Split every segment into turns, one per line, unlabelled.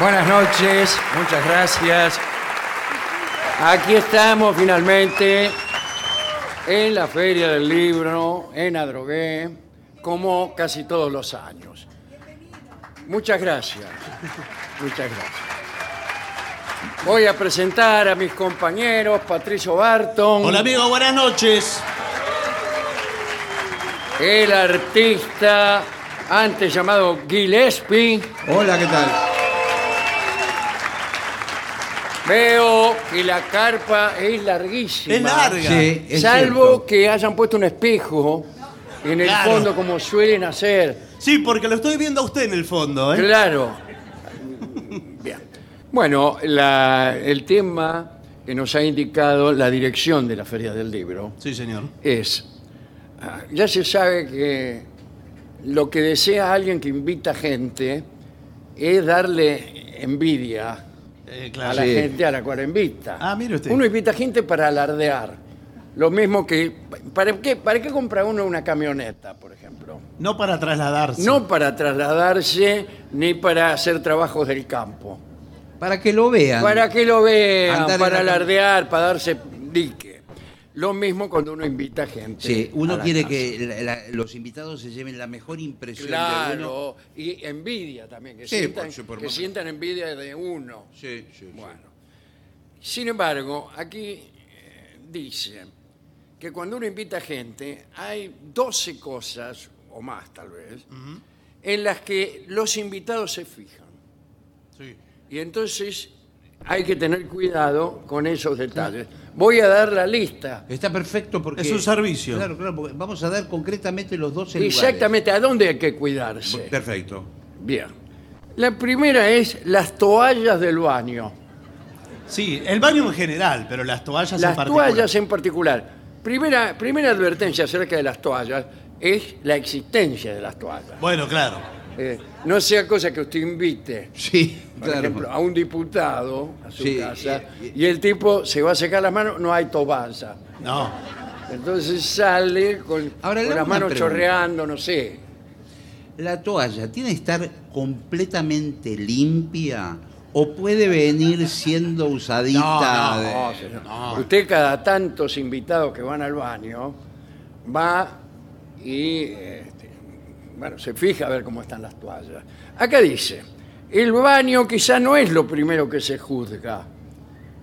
Buenas noches, muchas gracias. Aquí estamos finalmente en la Feria del Libro, en Adrogué, como casi todos los años. Muchas gracias. Muchas gracias. Voy a presentar a mis compañeros Patricio Barton,
Hola amigo, buenas noches.
el artista antes llamado Gillespie.
Hola, ¿qué tal?
Veo que la carpa es larguísima.
Es larga.
Sí, es
Salvo
cierto.
que hayan puesto un espejo en el
Claro.
fondo como suelen hacer.
Sí, porque lo estoy viendo a usted en el fondo, ¿eh?
Claro. Bien. Bueno, la- el tema que nos ha indicado la dirección de la Feria del Libro
Sí, señor.
es, ah, ya se sabe que lo que desea alguien que invita gente es darle envidia
Eh,
a
claro.
la
Ah, Sí.
gente a la cual invita.
Ah, mire usted.
Uno invita gente para alardear. Lo mismo que... ¿Para qué, para qué compra uno una camioneta, por ejemplo?
No para trasladarse.
No para trasladarse ni para hacer trabajos del campo.
Para que lo vean.
Para que lo vean,
Andar en
para
la cam-
alardear, para darse dique. Lo mismo cuando uno invita gente.
Sí,
a
uno
la
quiere
casa.
que la- la- los invitados se lleven la mejor impresión de uno.
Claro, y envidia también, que,
Sí,
sientan,
por supuesto.
que sientan envidia de uno.
Sí, sí, sí.
Bueno. Sin embargo, aquí eh, dice que cuando uno invita gente, hay 12 cosas, o más tal vez, en las que los invitados se fijan.
Sí.
Y entonces hay que tener cuidado con esos detalles. Voy a dar la lista.
Está perfecto porque...
Es un servicio.
Claro, claro, porque vamos a dar concretamente los 12 lugares.
Exactamente, ¿a dónde hay que cuidarse?
Perfecto.
Bien. La primera es las toallas del baño.
Sí, el baño en general, pero las toallas en
Las
particular.
toallas en particular. Primera, primera advertencia acerca de las toallas es la existencia de las toallas.
Bueno, claro.
Eh, no sea cosa que usted invite,
Sí,
por
claro.
ejemplo, a un diputado a su
Sí,
casa
y-
y el tipo se va a secar las manos, no hay toalla.
No.
Entonces sale con,
Ahora, le
con
hago
las
una
manos
pregunta.
chorreando, no sé.
¿La toalla tiene que estar completamente limpia o puede venir siendo usadita?
No,
de-
No, señor. Usted cada tantos invitados que van al baño va y este, bueno, se fija a ver cómo están las toallas. Acá dice, el baño quizá no es lo primero que se juzga.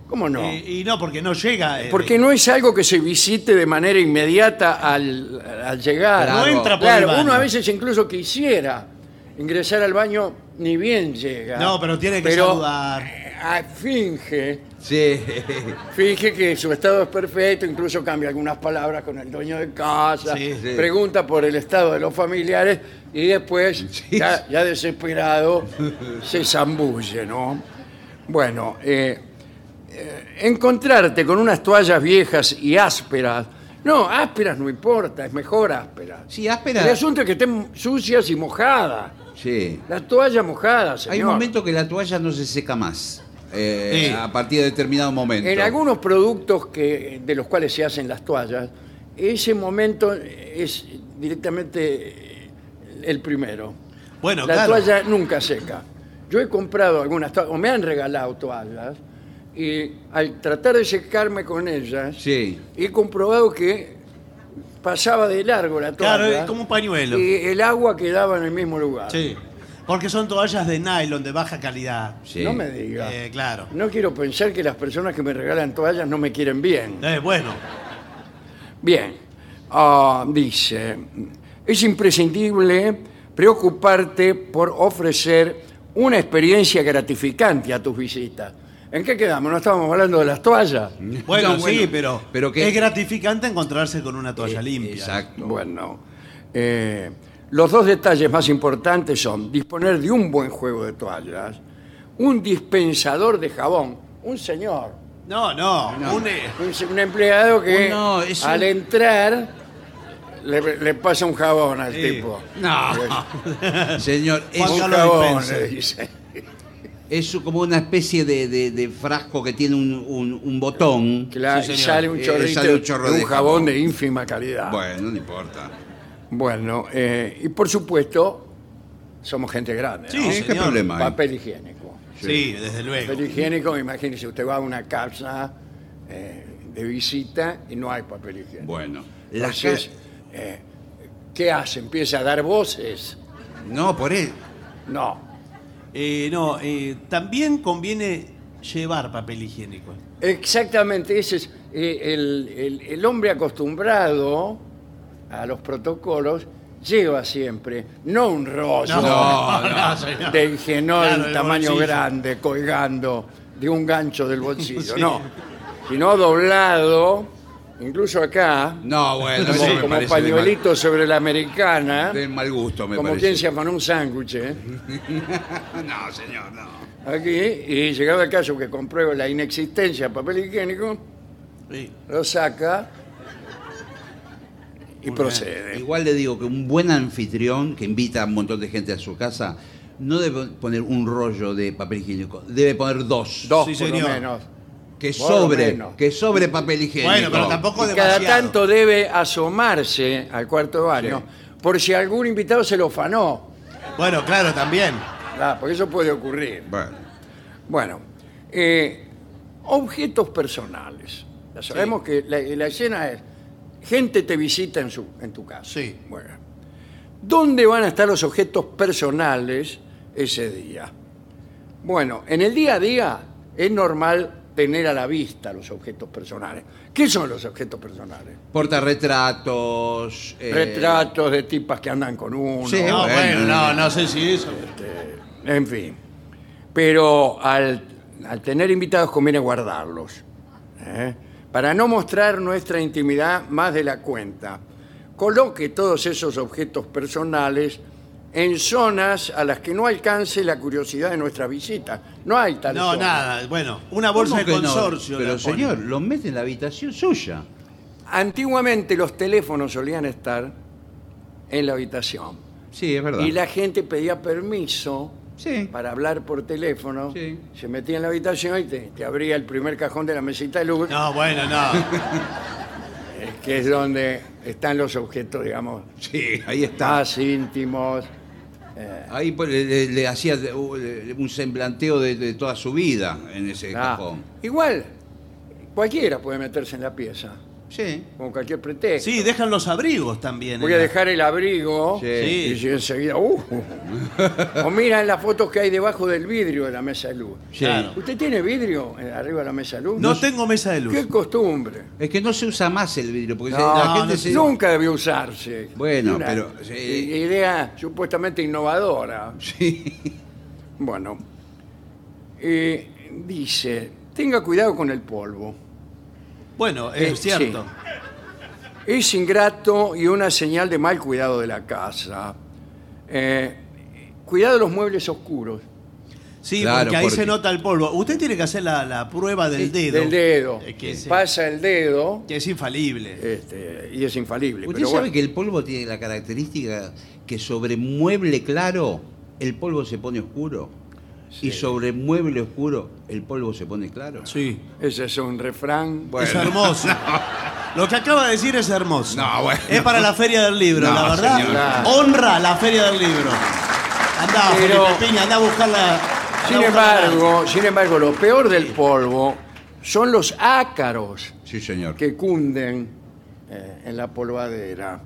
¿Cómo no?
Y, y no, porque no llega. eh,
Porque no es algo que se visite de manera inmediata al, al llegar.
No entra
por el
Claro,
baño.
uno a veces incluso quisiera ingresar al baño ni bien llega.
No, pero tiene que
Pero,
saludar.
eh, ah, finge
Sí.
Finge que su estado es perfecto, incluso cambia algunas palabras con el dueño de casa,
Sí,
sí.
pregunta por el estado de los familiares y después,
Sí.
ya, ya desesperado, se zambulle, ¿no? Bueno, eh, eh, encontrarte con unas toallas viejas y ásperas, no, ásperas no importa, es mejor ásperas.
Sí, áspera.
El asunto es que estén sucias y mojadas.
Sí.
La toalla mojada, señor.
Hay momentos que la toalla no se seca más. eh,
Sí.
A partir de determinado momento.
En algunos productos que, de los cuales se hacen las toallas, ese momento es directamente eh, el primero.
Bueno,
la
claro.
toalla nunca seca. Yo he comprado algunas toallas, o me han regalado toallas, y al tratar de secarme con ellas,
Sí.
he comprobado que pasaba de largo la toalla.
Claro, es como un pañuelo.
Y el agua quedaba en el mismo lugar.
Sí. Porque son toallas de nylon de baja calidad.
Sí.
No me diga.
Eh, claro.
No quiero pensar que las personas que me regalan toallas no me quieren bien.
Eh, bueno.
Bien, Ah, dice, es imprescindible preocuparte por ofrecer una experiencia gratificante a tus visitas. ¿En qué quedamos? ¿No estábamos hablando de las toallas?
Bueno,
No,
sí,
bueno,
pero,
pero que-
es gratificante encontrarse con una toalla limpia.
Exacto.
Bueno, eh, Los dos detalles más importantes son disponer de un buen juego de toallas, un dispensador de jabón, un señor,
No, no.
No.
un, eh,
un, se- un empleado que
Uno Oh, es un-
al entrar le, le pasa un jabón al
Sí.
tipo. Pues,
No, señor,
Juan
Un
eso,
Carlos-
jabón,
dispense.
le dice.
eso como una especie de, de- de frasco que tiene un, un- un botón.
Claro,
Sí,
y
señor.
sale un
Eh,
chorrito,
sale un chorro
de un
de
jabón, de ínfima calidad.
Bueno, no importa.
Bueno, eh, y por supuesto, somos gente grande.
Sí,
¿no?
Eh, ¿Qué
señor.
problema hay?
Papel higiénico.
sí, desde luego.
Papel higiénico, imagínese, usted va a una casa eh, de visita y no hay papel higiénico.
Bueno, las
Entonces, eh, ¿qué hace? ¿Empieza a dar voces?
ca- No, por e- él.
No.
Eh, no, eh, también conviene llevar papel higiénico.
Exactamente, ese es eh, el, el- el hombre acostumbrado a los protocolos lleva siempre, no un rollo.
No,
no, señor.
de Ingenol
Claro, el
tamaño
bolsillo.
grande, colgando de un gancho del bolsillo,
Sí.
no. Sino doblado, incluso acá,
No, bueno,
como,
eso me
como
parece de mal-
pañuelito sobre la americana,
De mal gusto, me
como
parece.
quien se afanó un sándwich, ¿eh?
No, señor, no.
aquí, y llegado el caso que compruebe la inexistencia de papel higiénico,
Sí.
lo saca y procede.
Eh. Igual le digo que un buen anfitrión que invita a un montón de gente a su casa no debe poner un rollo de papel higiénico, debe poner dos.
Dos
Sí,
por lo
señor.
menos.
Que
Por lo
sobre,
menos.
que sobre papel higiénico.
Bueno, pero tampoco
Y cada
demasiado.
tanto debe asomarse al cuarto de baño, por si algún invitado se lo fanó.
Bueno, claro, también.
Ah, porque eso puede ocurrir.
Bueno,
Bueno, eh, objetos personales. Ya sabemos que la, la escena es gente te visita en, su, en tu casa.
Sí.
Bueno, ¿dónde van a estar los objetos personales ese día? Bueno, en el día a día es normal tener a la vista los objetos personales. ¿Qué son los objetos personales?
portarretratos. eh,
Retratos de tipas que andan con uno.
Sí,
No,
bueno,
bueno, no,
eh.
no sé si eso.
En fin. Pero al, al tener invitados conviene guardarlos. ¿eh? Para no mostrar nuestra intimidad más de la cuenta. Coloque todos esos objetos personales en zonas a las que no alcance la curiosidad de nuestra visita. No hay tal
No,
zona.
nada. Bueno, una
¿cómo
bolsa de
que no?
consorcio.
Pero
la ponen.
señor, lo mete en la habitación suya.
Antiguamente los teléfonos solían estar en la habitación.
Sí, es verdad.
Y la gente pedía permiso
Sí.
para hablar por teléfono.
Sí.
Se metía en la habitación y te, te abría el primer cajón de la mesita de luz,
No, bueno, no.
eh, que es donde están los objetos, digamos,
Sí, ahí está.
más íntimos.
Ahí pues, le, le- le hacía de- u- le- un semblanteo de, de toda su vida en ese
Ah,
cajón.
Igual, cualquiera puede meterse en la pieza,
Sí.
con cualquier pretexto.
Sí, dejan los abrigos también.
Voy
en
a
la-
dejar el abrigo
Sí.
y si enseguida, uh, o miran las fotos que hay debajo del vidrio de la mesa de luz.
Sí.
Claro.
¿Usted tiene vidrio eh, arriba de la mesa de luz?
No tengo mesa de luz.
Qué costumbre.
Es que no se usa más el vidrio, porque se-
No,
la gente
no
se...
Nunca debió usarse.
Bueno,
Una
pero, sí.
i- Idea supuestamente innovadora.
Sí.
Bueno, eh, dice, tenga cuidado con el polvo.
Bueno, es
Eh,
cierto.
Es ingrato y una señal de mal cuidado de la casa. Eh, cuidado de los muebles oscuros.
Sí,
Claro,
porque ahí
porque-
se nota el polvo. Usted tiene que hacer la, la prueba del dedo.
Del dedo.
Eh, Que es,
Pasa el dedo
que es
Eh,
infalible.
este, y es infalible.
Usted
pero
sabe
bueno.
que el polvo tiene la característica que sobre mueble claro el polvo se pone oscuro y sobre mueble oscuro el polvo se pone claro.
Sí.
Ese es un refrán.
Bueno.
Es hermoso. Lo que acaba de decir es hermoso.
No, bueno.
Es para la Feria del Libro,
No,
la verdad.
señor.
Honra la Feria del Libro. Andá,
Pero-
Felipe Piña, andá a buscarla. andá
Sin
a buscarla.
embargo, sin embargo, lo peor del polvo son los ácaros
Sí, señor.
que cunden eh, en la polvadera.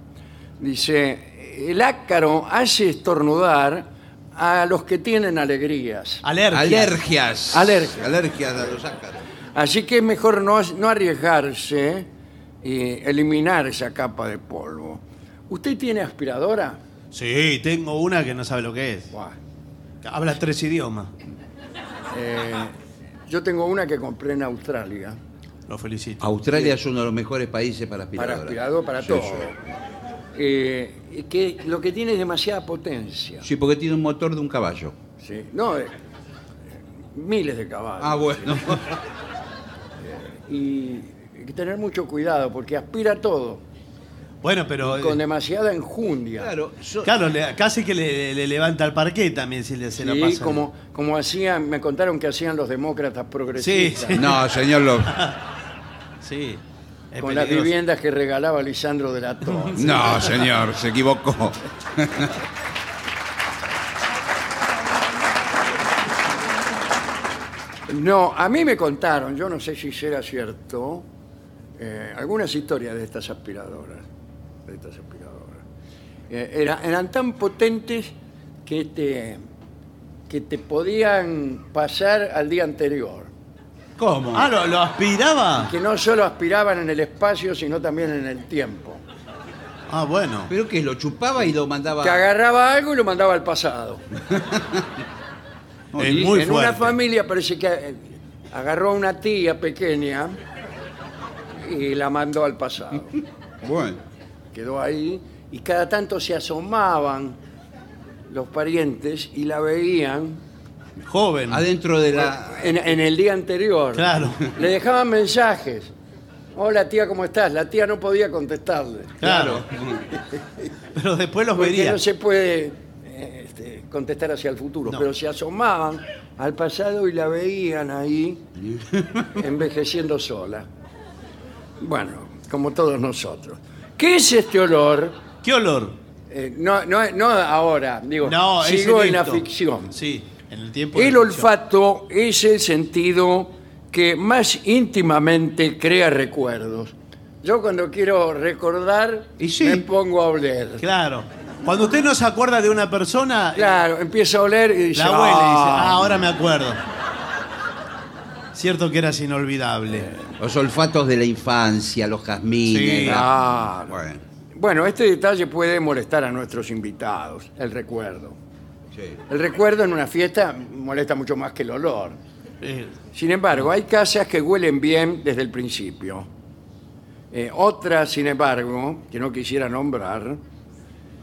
Dice, el ácaro hace estornudar a los que tienen alegrías.
Alergia.
Alergias.
Alergias.
Alergias a los ácaros.
Así que es mejor no, as- no arriesgarse y eliminar esa capa de polvo. ¿Usted tiene aspiradora?
Sí, tengo una que no sabe lo que es.
Buah.
Habla tres idiomas.
Eh, yo tengo una que compré en Australia.
Lo felicito.
Australia es uno de los mejores países para
Para
aspiradora.
aspirador, para
Sí,
todo.
sí.
eh, y que lo que tiene es demasiada potencia.
Sí, porque tiene un motor de un caballo.
Sí. No, eh, miles de caballos.
Ah, bueno.
Y hay que tener mucho cuidado porque aspira todo
Bueno, pero. eh,
con demasiada enjundia.
claro, so-
Claro, le- casi que le, le levanta el parqué también si le se la
Sí,
pasa.
como, como hacían, me contaron que hacían los demócratas progresistas
Sí,
No, señor, lo-
Sí. es
con las
peligroso.
viviendas que regalaba Lisandro de la Torre.
no, señor, se equivocó.
No, a mí me contaron, yo no sé si será cierto, eh, algunas historias de estas aspiradoras. De estas aspiradoras. Eh, era- eran tan potentes que te, que te podían pasar al día anterior.
¿Cómo?
Ah, ¿lo, lo aspiraba?
Que no solo aspiraban en el espacio, sino también en el tiempo.
Ah, bueno.
Pero que lo chupaba y lo mandaba.
Que agarraba algo y lo mandaba al pasado.
Es
Y
muy
en una
fuerte.
familia parece que eh, agarró a una tía pequeña y la mandó al pasado.
Bueno.
quedó ahí y cada tanto se asomaban los parientes y la veían
Joven.
Adentro de la.
en, en el día anterior.
Ah. Claro.
Le dejaban mensajes. Hola tía, ¿cómo estás? La tía no podía contestarle.
Claro. Pero después los
Porque
vería.
no se puede eh, este, contestar hacia el futuro,
No.
pero se asomaban al pasado y la veían ahí envejeciendo sola. Bueno, como todos nosotros. ¿Qué es este olor?
¿Qué olor?
Eh, no, no, no ahora, digo,
No, es
sigo en la
esto.
ficción.
Sí, en el tiempo. de
El
ficción.
olfato es el sentido que más íntimamente crea recuerdos. Yo cuando quiero recordar,
Y sí.
me pongo a oler.
Claro. Cuando usted no se acuerda de una persona,
Claro, empiezo a oler y dice,
la abuela dice,
"Ah".
ah, ahora me acuerdo. Cierto que eras inolvidable.
Los olfatos de la infancia, los jazmines.
Sí.
la-
Claro.
Bueno.
Bueno, este detalle puede molestar a nuestros invitados, el recuerdo.
sí.
El recuerdo en una fiesta molesta mucho más que el olor.
Eh,
Sin embargo, hay casas que huelen bien desde el principio. Eh, otras, sin embargo, que no quisiera nombrar,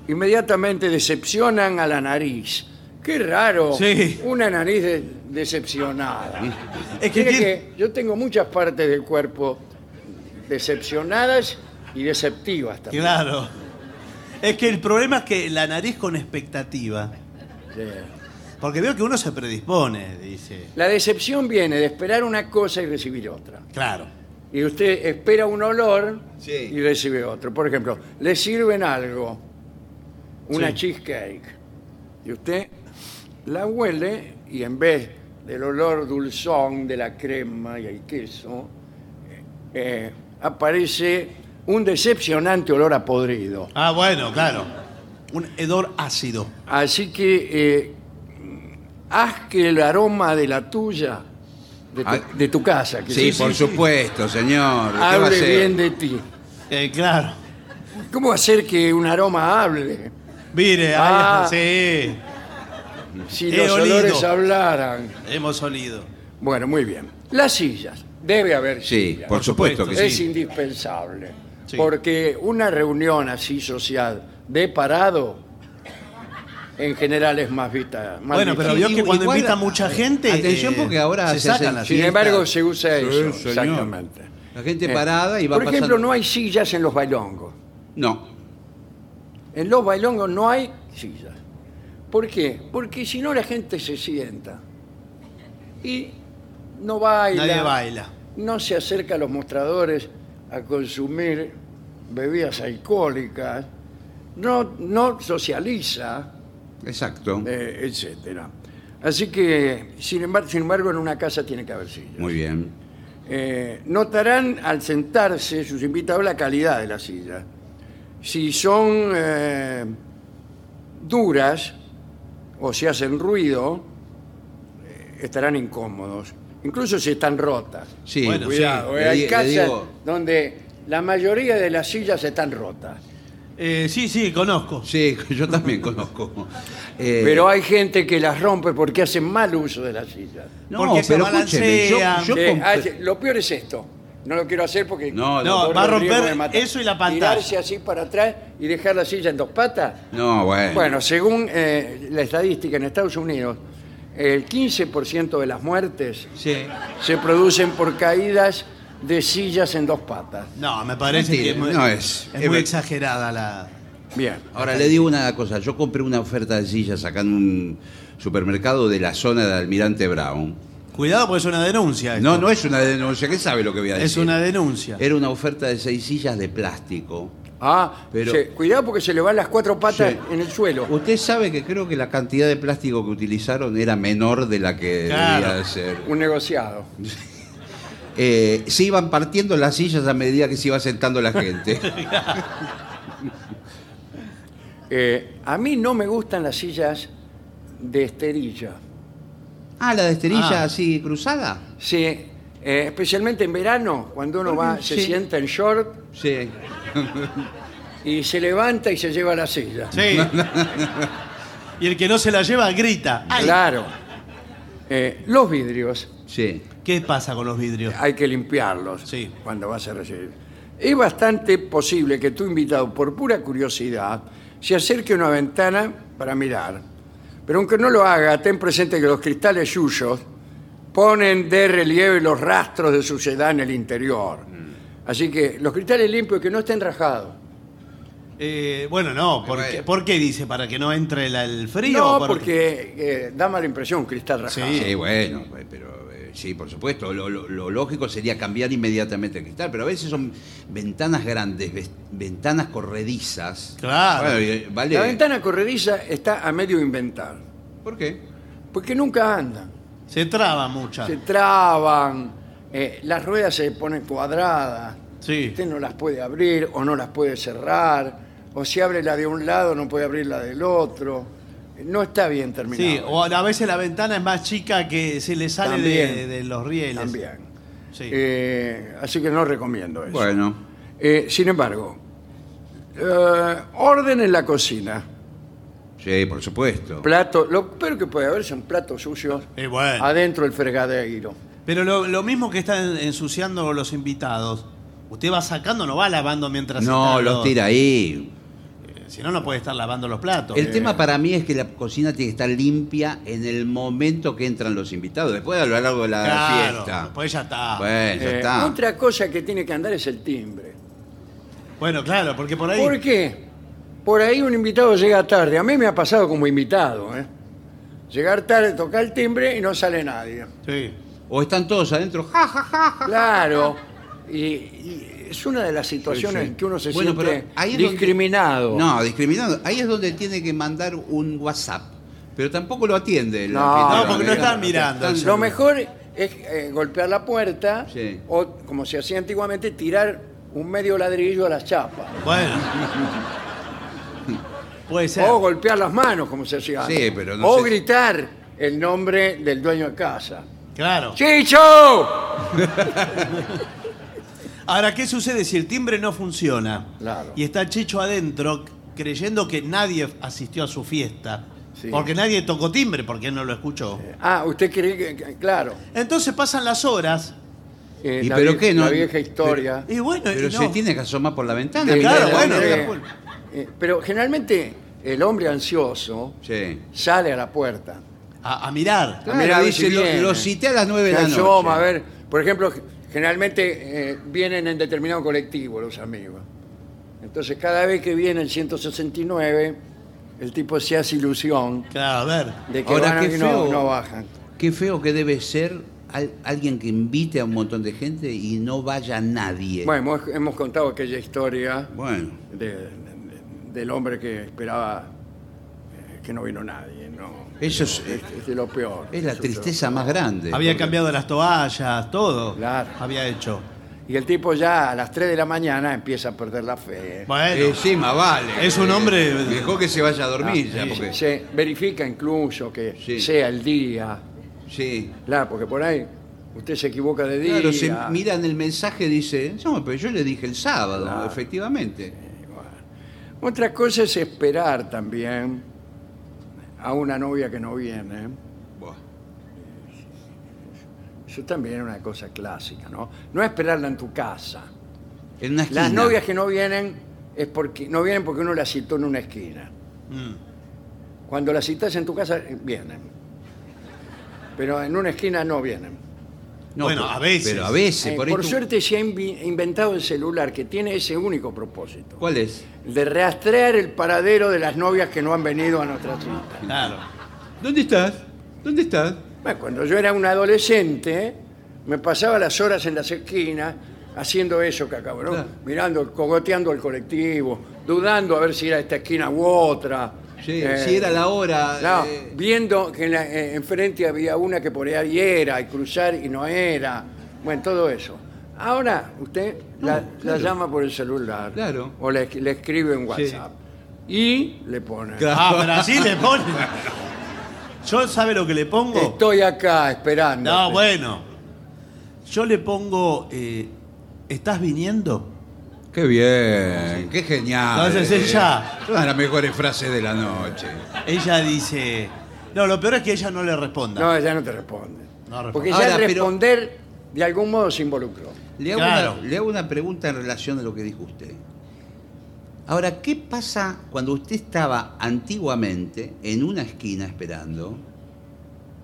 inmediatamente decepcionan a la nariz. Qué raro,
Sí.
una nariz de- decepcionada.
Es que
Mire
tiene-
que yo tengo muchas partes del cuerpo decepcionadas y deceptivas también.
claro. Es que el problema es que la nariz con expectativa.
Sí.
Porque veo que uno se predispone, dice.
La decepción viene de esperar una cosa y recibir otra.
Claro.
y usted espera un olor
Sí.
y recibe otro. Por ejemplo, le sirven algo, una cheesecake, y usted la huele y en vez del olor dulzón de la crema y el queso, eh, aparece un decepcionante olor a podrido.
Ah, bueno, claro. Un hedor ácido.
Así que eh, haz que el aroma de la tuya, de tu,
Ah.
de tu casa, que
Sí,
se-
por
sí.
supuesto, señor. ¿Qué va a
hable
hacer?
bien de ti.
Eh, claro.
¿Cómo hacer que un aroma hable?
Mire,
Ah.
ahí- sí.
Si
Eh,
He
los
olido.
olores hablaran.
Hemos olido.
Bueno, muy bien. Las sillas. Debe haber
Sí,
sillas.
por supuesto que
es
sí.
indispensable.
Sí.
Porque una reunión así social de parado en general es más vista. más
Bueno,
vista.
pero vio
Sí,
que cuando
igual-
invita mucha gente.
Atención, porque ahora
se
se
sacan
hacen-
las
Sin
sí.
embargo, se usa
Sí,
eso.
señor.
Exactamente.
La gente
Eh,
parada y va
Por ejemplo,
pasando.
no hay sillas en los bailongos.
No.
En los bailongos no hay sillas. ¿Por qué? Porque si no la gente se sienta y no baila.
Nadie baila.
No se acerca a los mostradores a consumir bebidas alcohólicas. No, no socializa,
Exacto.
eh, etcétera. Así que, sin embargo, sin embargo, en una casa tiene que haber sillas.
Muy bien.
Eh, notarán al sentarse sus invitados la calidad de la silla. Si son eh, duras o si hacen ruido, eh, estarán incómodos. Incluso si están rotas.
Sí.
Bueno,
Cuidado,
sí.
eh,
Le di-
hay
le
casas
digo-
donde la mayoría de las sillas están rotas.
Eh, sí, sí, conozco.
Sí, yo también conozco. Eh,
Pero hay gente que las rompe porque hacen mal uso de las sillas.
no,
Porque se
pero escúcheme, yo,
balancean.
yo
Eh, Que
compré-
hay- lo peor es esto. No lo quiero hacer porque...
No,
No,
corro
va a
el riesgo
romper
de matar.
eso y la pantalla.
Tirarse así para atrás y dejar la silla en dos patas.
No, bueno.
Bueno, según eh, la estadística en Estados Unidos, el 15% de las muertes
Sí.
se producen por caídas de sillas en dos patas.
No, me parece
Mentira,
que es muy,
no es.
es
Es
muy
ver-
exagerada la.
Bien.
Ahora le digo una cosa, yo compré una oferta de sillas acá en un supermercado de la zona de Almirante Brown.
Cuidado porque es una denuncia. esto.
No, no es una denuncia, ¿qué sabe lo que voy a decir?
Es una denuncia.
Era una oferta de seis sillas de plástico.
Ah,
Pero-
se- cuidado porque se le van las cuatro patas
Sí.
en el suelo.
Usted sabe que creo que la cantidad de plástico que utilizaron era menor de la que
Claro.
debía de ser.
Un negociado.
Eh, se iban partiendo las sillas a medida que se iba sentando la gente.
Eh, a mí no me gustan las sillas de esterilla.
ah, la de esterilla
Ah.
así cruzada.
Sí, eh, especialmente en verano, cuando uno va, se
Sí.
sienta en short
Sí.
y se levanta y se lleva la silla.
Sí. y el que no se la lleva grita. ¡Ay!
Claro. Eh, los vidrios
Sí.
¿Qué pasa con los vidrios?
hay que limpiarlos
Sí.
cuando vas a recibir. Es bastante posible que tu invitado, por pura curiosidad, se acerque a una ventana para mirar. Pero aunque no lo haga, ten presente que los cristales suyos ponen de relieve los rastros de suciedad en el interior.
Mm.
Así que los cristales limpios que no estén rajados.
Eh, bueno, no. ¿por,
Bueno.
qué, por qué dice? ¿Para que no entre la- el frío?
No,
¿O por-
porque eh, da mala impresión un cristal rajado.
Sí.
Sí, bueno, eh, pero eh, sí, por supuesto. Lo, lo- lo lógico sería cambiar inmediatamente el cristal, pero a veces son ventanas grandes, ves- ventanas corredizas.
Claro.
Bueno, eh, vale.
La ventana corrediza está a medio inventar,
¿Por qué?
porque nunca andan.
Se traba mucha.
se traban, eh, las ruedas se ponen cuadradas,
Sí.
usted no las puede abrir o no las puede cerrar, o si abre la de un lado no puede abrir la del otro. No está bien terminado.
Sí, o a veces la ventana es más chica que se le sale de,
También.
de los rieles.
También.
Sí.
Eh, así que no recomiendo eso.
Bueno,
Eh, sin embargo, eh, orden en la cocina.
sí, por supuesto.
Plato, lo peor que puede haber son platos sucios
Y bueno.
adentro del fregadero.
Pero lo, lo mismo que están ensuciando los invitados, usted va sacando, no va lavando mientras
No,
están
los tira ahí.
Si no, no puede estar lavando los platos.
El tema para mí es que la cocina tiene que estar limpia en el momento que entran los invitados, después a lo largo de la
Claro,
fiesta.
pues ya está. Bueno.
Bueno, ya
Eh,
está.
Otra cosa que tiene que andar es el timbre.
claro, porque por ahí.
¿Por qué? Por ahí un invitado llega tarde. A mí me ha pasado como invitado, ¿eh? Llegar tarde, tocar el timbre y no sale nadie.
Sí.
O están todos adentro, ja, ja, ja, ja.
Claro. Y, y es una de las situaciones
Sí,
en
sí.
que uno se
Bueno,
siente
pero ahí es donde-
discriminado.
No, discriminando. Ahí es donde tiene que mandar un WhatsApp. Pero tampoco lo atiende. el
No,
anfitrión,
no, porque no
¿eh?
están
mirando.
Están-
Lo mejor es eh, golpear la puerta
Sí.
o, como se hacía antiguamente, tirar un medio ladrillo a las chapas.
Bueno. puede ser.
O golpear las manos, como se hacía
Sí,
antes.
pero no
O
sé si-
gritar el nombre del dueño de casa.
Claro.
¡Chicho!
Ahora, ¿qué sucede si el timbre no funciona?
Claro.
Y está Chicho adentro creyendo que nadie asistió a su fiesta.
Sí.
Porque nadie tocó timbre, porque él no lo escuchó.
Ah, usted cree que- que claro.
Entonces pasan las horas.
Eh,
¿Y
la
pero
vie-
qué, no?
La vieja historia.
Y bueno,
Pero
y no.
se tiene que asomar por la ventana.
Eh,
Sí, claro,
eh,
mira,
bueno,
eh,
era full.
eh, pero generalmente el hombre ansioso
Sí.
sale a la puerta.
A, a mirar.
Claro,
Mira,
a ver si
dice,
viene.
lo, lo cité a las 9 de
Se
la
asoma, a
noche.
ver. Por ejemplo, generalmente eh, vienen en determinado colectivo los amigos. Entonces, cada vez que viene el 169, el tipo se hace ilusión
Claro, a ver.
de que
Ahora,
van a-
qué
y no,
feo.
no bajan.
Qué feo que debe ser al- alguien que invite a un montón de gente y no vaya nadie.
Bueno, hemos, hemos contado aquella historia
Bueno.
de- de- del hombre que esperaba eh, que no vino nadie. ¿no?
Eso es,
Es, es de lo peor.
es la
Eso es lo-
tristeza más grande.
Había
Porque-
cambiado las toallas, todo.
Claro.
Había hecho.
Y el tipo ya a las 3 de la mañana empieza a perder la fe.
Bueno,
Encima, Eh, vale.
Es un hombre-
Mejor que se vaya a dormir ya,
Ah, Sí,
porque.
Se verifica incluso que
Ah, Sí.
sea el día.
sí.
Claro, porque por ahí usted se equivoca de día.
Claro, se miran el mensaje y dicen, no, pero yo le dije el sábado, efectivamente.
Otra cosa es esperar también a una novia que no viene.
Buah.
Eso también es una cosa clásica, ¿no? No esperarla en tu casa.
En una esquina.
Las novias que no vienen es porque no vienen porque uno las citó en una esquina.
Mm.
Cuando las citas en tu casa eh, vienen. Pero en una esquina no vienen.
Bueno,
pero-
a veces.
Pero a veces,
Eh,
por
por
ahí tú-
suerte se ha invi- inventado el celular que tiene ese único propósito.
¿Cuál es?
De rastrear el paradero de las novias que no han venido a nuestra cita.
Claro.
¿Dónde estás? ¿Dónde estás?
Bueno, cuando yo era un adolescente, me pasaba las horas en las esquinas haciendo eso que acabo, ¿no?
Claro.
Mirando, cogoteando el colectivo, dudando a ver si era esta esquina u otra.
Sí,
Eh,
si era la hora.
claro,
eh,
viendo que en la- eh, enfrente había una que por ahí era, y cruzar y no era. Bueno, todo eso. Ahora usted la,
No,
la
Ah, claro.
llama por el celular.
Claro.
O le, le escribe en
Sí.
WhatsApp. Y le pone.
Claro.
Ah, pero así le ponen. Yo, ¿sabe lo que le pongo?
Estoy acá esperando.
No, bueno. Yo le pongo. eh, ¿Estás viniendo?
Qué bien, qué genial.
Entonces ella-
Una de las mejores frases de la noche.
Ella dice. No, lo peor es que ella no le responda.
No, ya no te responde.
No responde.
Porque ya
Ahora, pero-
responder de algún modo se involucró.
Le hago,
Claro.
una, le hago una pregunta en relación a lo que dijo usted. Ahora, ¿qué pasa cuando usted estaba antiguamente en una esquina esperando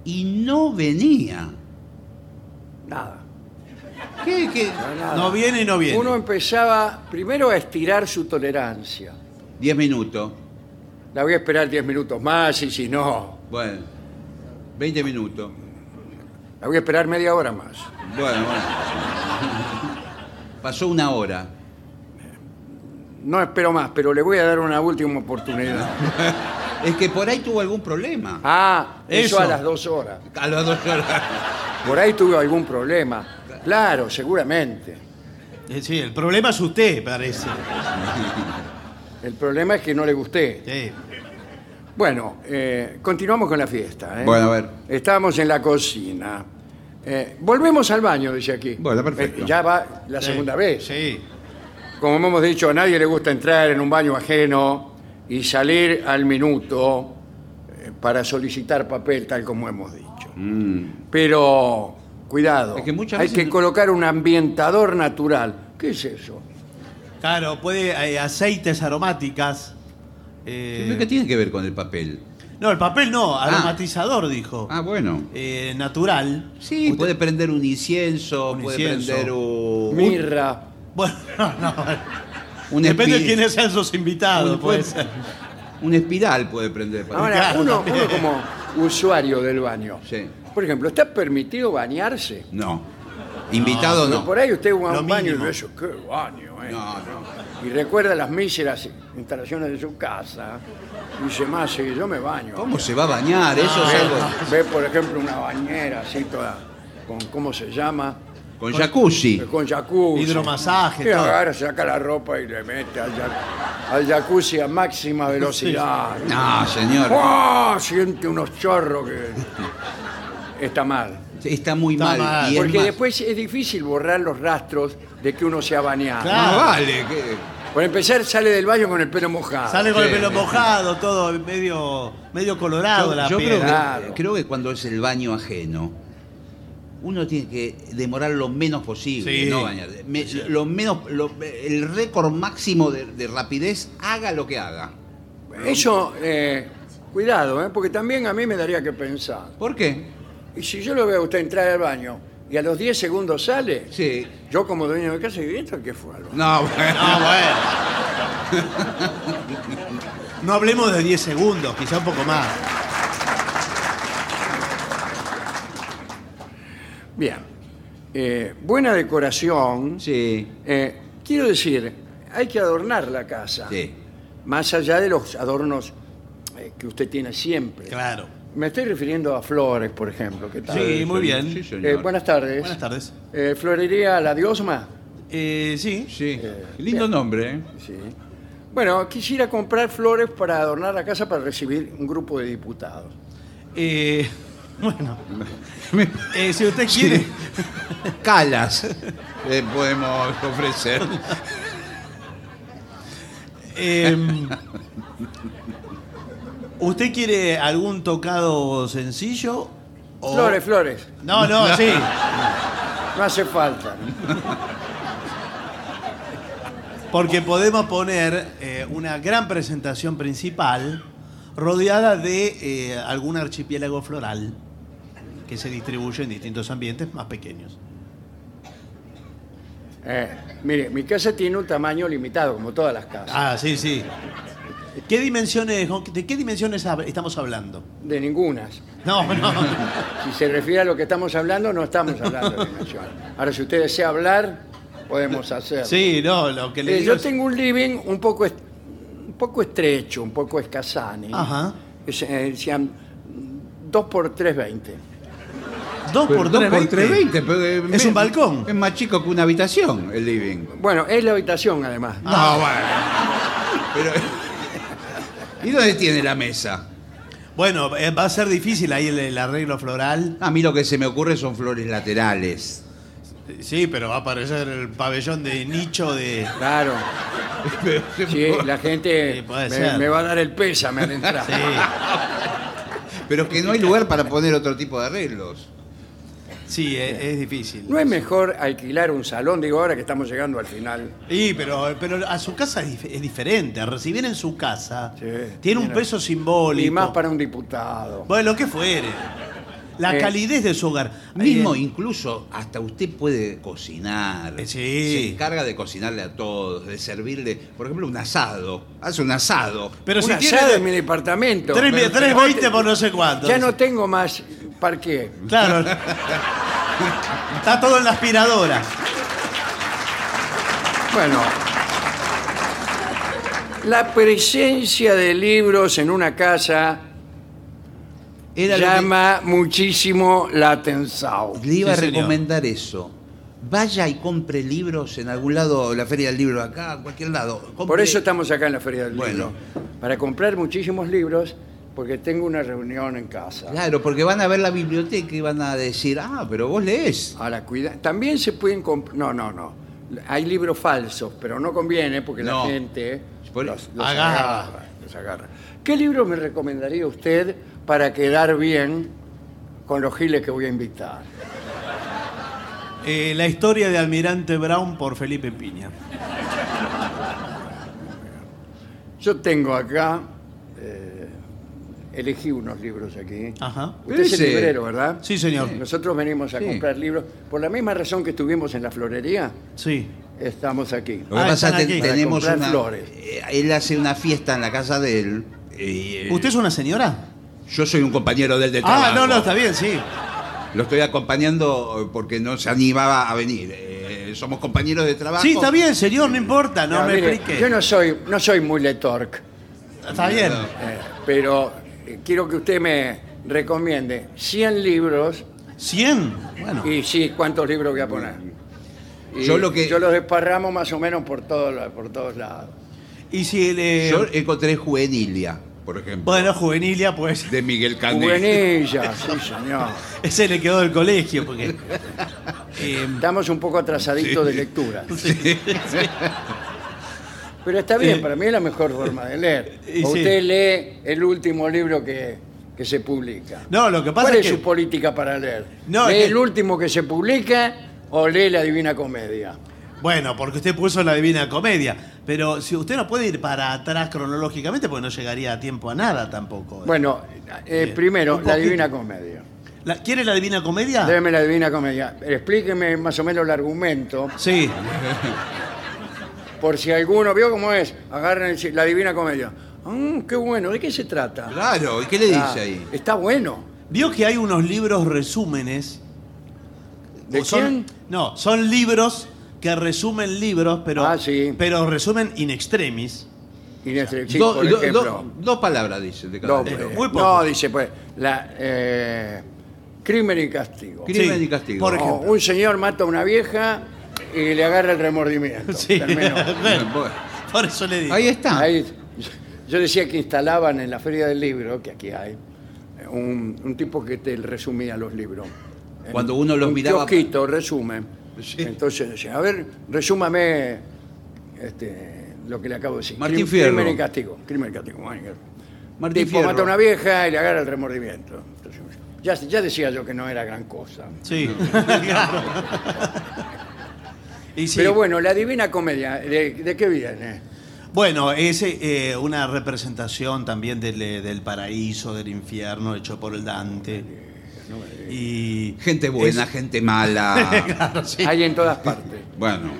y no venía?
Nada.
¿Qué, qué?
nada.
No viene y no viene.
Uno empezaba primero a estirar su tolerancia.
Diez minutos.
La voy a esperar 10 minutos más y si no,
Bueno. Veinte minutos.
la voy a esperar media hora más.
Bueno, bueno. Pasó una hora.
No espero más, pero le voy a dar una última oportunidad.
Es que por ahí tuvo algún problema.
Ah, eso,
Eso.
a las dos horas.
A las dos horas.
Por ahí tuve algún problema. Claro, seguramente.
Eh, Sí, el problema es usted, parece.
El problema es que no le gusté.
Sí.
Bueno, eh, continuamos con la fiesta. ¿eh?
Bueno, a ver.
Estábamos en la cocina. Eh, volvemos al baño, dice aquí.
Bueno, perfecto.
Eh, ya va la
Sí.
segunda vez.
Sí.
Como hemos dicho, a nadie le gusta entrar en un baño ajeno y salir al minuto eh, para solicitar papel, tal como hemos dicho.
Mm.
Pero, cuidado,
Es que muchas
hay
veces
que
no-
colocar un ambientador natural. ¿Qué es eso?
Claro, puede. eh, aceites aromáticas. eh,
¿Qué tiene que ver con el papel?
No, el papel no,
Ah.
aromatizador, dijo.
Ah, bueno.
Eh, natural.
Sí,
Usted-
puede prender un incienso,
Un
puede
incienso.
prender un...
Mirra.
Bueno, no.
Un
Depende de
espi-
quiénes sean sus invitados,
Un-
puede ser.
Un espiral puede prender. para-
Ahora,
Claro,
uno,
también.
uno como usuario del baño,
Sí.
por ejemplo, ¿está permitido bañarse?
No. Invitado
Pero
no.
Por ahí usted va a
Lo
un baño y
mínimo.
ve eso, qué baño, eh.
No, no.
Y recuerda las míseras instalaciones de su casa. Y dice, más, sí, yo me baño. Ah,
¿Cómo se va a bañar?
Ah,
Eso es algo...
Ve, por ejemplo, una bañera así toda, con, ¿cómo se llama? Eh,
Con jacuzzi.
Con jacuzzi.
Hidromasaje,
Y
todo.
agarra, saca la ropa y le mete al, jac- al jacuzzi a máxima velocidad.
No, señor.
¡Ah! Siente unos chorros que está mal.
Está muy
Está
mal.
mal.
Y es
Porque
más-
después es difícil borrar los rastros de que uno se ha bañado.
Claro.
No vale. que-
Por empezar, sale del baño con el pelo mojado.
Sale con el
Sí.
pelo mojado, todo medio, medio colorado
Yo,
la
yo
piel. ¿eh?
creo, que,
Claro.
creo que cuando es el baño ajeno, uno tiene que demorar lo menos posible.
Sí.
No bañar. Me- lo menos, lo- el récord máximo de- de rapidez, haga lo que haga.
Eso, eh, cuidado, ¿eh? porque también a mí me daría que pensar.
¿Por qué?
Y si yo lo veo a usted entrar al baño y a los 10 segundos sale,
Sí.
yo como dueño de casa, ¿y esto qué fue? Algo?
No, bueno.
No, Ah, bueno. No hablemos de 10 segundos, quizá un poco más.
Bien, Eh, buena decoración.
Sí.
Eh, quiero decir, hay que adornar la casa.
Sí.
Más allá de los adornos eh, que usted tiene siempre.
Claro.
Me estoy refiriendo a flores, por ejemplo. ¿qué tal?
Sí, muy bien.
Sí,
Eh,
señor.
buenas tardes.
Buenas tardes.
Eh, Florería La Diosma.
Eh, sí.
Sí. Lindo nombre, ¿eh?
Sí. Bueno, quisiera comprar flores para adornar la casa para recibir un grupo de diputados.
Eh, bueno. Eh, si usted quiere.
Calas le podemos ofrecer.
Em, ¿Usted quiere algún tocado sencillo? o-
Flores, flores.
No, no, sí.
No hace falta.
Porque podemos poner eh, una gran presentación principal rodeada de eh, algún archipiélago floral que se distribuye en distintos ambientes más pequeños.
Eh, mire, mi casa tiene un tamaño limitado, como todas las casas.
Ah, sí, sí. ¿Qué dimensiones, ¿De qué dimensiones hab- estamos hablando?
De ningunas.
No, no.
Si se refiere a lo que estamos hablando, no estamos hablando de dimensiones. Ahora, si usted desea hablar, podemos hacerlo.
Sí, no, lo que le
Eh,
digo
yo
es-
tengo un living un poco, est- un poco estrecho, un poco escasani.
Ajá.
Es, eh, decían 2 por 320.
Dos por
dos
tres,
por
veinte.
tres, veinte, pero, eh,
Es un balcón.
Es más chico que una habitación el living.
Bueno, es la habitación además.
Ah.
No, bueno. Pero, ¿Y dónde tiene la mesa?
Bueno, eh, va a ser difícil ahí el, el arreglo floral.
A mí lo que se me ocurre son flores laterales.
Sí, pero va a aparecer el pabellón de nicho de.
Claro. Sí, la gente
Sí,
me,
puede ser.
me va a dar el pésame al entrar.
Sí.
Pero que no hay lugar para poner otro tipo de arreglos.
Sí, es, es difícil.
¿No es mejor alquilar un salón? Digo, ahora que estamos llegando al final.
Sí, pero, pero a su casa es, dif- es diferente. Recibir en su casa
Sí,
tiene un
tiene-
peso simbólico.
Y más para un diputado.
Bueno, lo que fuere. La
Eh,
calidez de su hogar.
Mismo,
Eh,
incluso, hasta usted puede cocinar.
Eh, sí.
Se encarga de cocinarle a todos, de servirle, por ejemplo, un asado. Hace un asado.
pero
un
si
asado en mi
tiene.
departamento.
tres-
Pero-
320 por no sé cuánto.
Ya no tengo más parqué.
Claro. Está todo en la aspiradora.
Bueno. La presencia de libros en una casa
Era lo que-
llama muchísimo la atención.
Le
Sí,
iba a
señor.
recomendar eso. Vaya y compre libros en algún lado, la Feria del Libro acá, en cualquier lado. Compre-
Por eso estamos acá en la Feria del
Bueno.
Libro. Para comprar muchísimos libros, porque tengo una reunión en casa.
Claro, porque van a ver la biblioteca y van a decir, ah, pero vos lees.
Ahora, cuida. También se pueden comprar. No, no, no. Hay libros falsos, pero no conviene porque
No.
la gente
Por-
los, los
agarra.
agarra, los agarra. ¿Qué libro me recomendaría usted para quedar bien con los giles que voy a invitar?
Eh, la historia de Almirante Brown por Felipe Piña.
Yo tengo acá. eh, elegí unos libros aquí.
Ajá.
Usted es el
Ese.
librero, ¿verdad?
Sí, señor.
Nosotros venimos a
Sí.
comprar libros. Por la misma razón que estuvimos en la florería,
Sí.
estamos aquí.
Lo que
Ah,
pasa
están
es que
aquí.
tenemos
Para
una.
comprar flores.
eh, él hace una fiesta en la casa de él. y, eh,
¿Usted es una señora?
Yo soy un compañero de él de trabajo.
Ah, no, no, está bien, sí.
Lo estoy acompañando eh, porque no se animaba a venir. Eh, somos compañeros de trabajo.
Sí, está bien, señor, no importa, no,
Ah,
me
mire,
explique.
Yo no soy, no soy muy letorque.
Está bien.
Eh, pero eh, quiero que usted me recomiende 100 libros
100. Bueno.
y sí, cuántos libros voy a poner. Y
Yo lo que-
yo los desparramo más o menos por todos la- por todos lados.
Y si el. eh,
Yo encontré Juvenilia, por ejemplo,
Bueno, juvenilia, pues.
de Miguel Canet.
Juvenilla, sí señor.
Ese le quedó del colegio, porque. eh,
Estamos un poco atrasaditos de lectura. Pero está bien, para mí es la mejor forma de leer.
Y
O
sí.
usted lee el último libro que, que se publica.
no, lo que pasa
¿Cuál
es
es
que.
su política para leer?
No,
¿Lee
es que-
el último que se publica o lee la Divina Comedia?
Bueno, porque usted puso la divina comedia. Pero si usted no puede ir para atrás cronológicamente, porque no llegaría a tiempo a nada tampoco.
Bueno, eh,
Bien.
primero,
Un
la
poquito.
Divina Comedia.
La- ¿Quiere la divina comedia?
Déjeme la Divina Comedia. Explíqueme más o menos el argumento,
Sí.
por si alguno vio cómo es. Agarren el- la Divina Comedia. Mm, qué bueno, ¿de qué se trata?
Claro, ¿y qué le dice
Ah,
ahí?
Está bueno.
Vio que hay unos libros resúmenes.
¿De
O son-
quién?
No, son libros que resumen libros, pero,
Ah, sí.
pero resumen in extremis.
Inés Trexí,
Do-
por
do-
ejemplo.
do- dos palabras dice de cada
No,
libro.
pues,
muy poco.
no, dice, pues, la, eh, crimen y castigo.
Crimen
Sí,
y castigo.
por
O
ejemplo.
un señor mata a una vieja y le agarra el remordimiento.
Sí.
Terminó.
Bueno,
Oh.
por eso le digo.
Ahí está.
Ahí- yo decía que instalaban en la Feria del Libro, que aquí hay, un, un tipo que te resumía los libros.
Cuando uno los
un
miraba-
kiosquito, resumen.
Sí.
Entonces decía, a ver, resúmame este, lo que le acabo de decir.
Martín
Crim-
Fierro.
Crimen y castigo. Crimen y castigo. Bueno,
Martín
tipo
Fierro.
mata a una vieja y le agarra el remordimiento. Entonces, Ya, ya decía yo que no era gran cosa.
Sí. Claro. y sí.
Pero bueno, la Divina Comedia, ¿de, de qué viene?
Bueno, es eh, una representación también del, eh, del paraíso, del infierno, hecho por el Dante. Y
Gente buena,
es-
gente mala.
Claro, sí.
Hay en todas partes.
Bueno,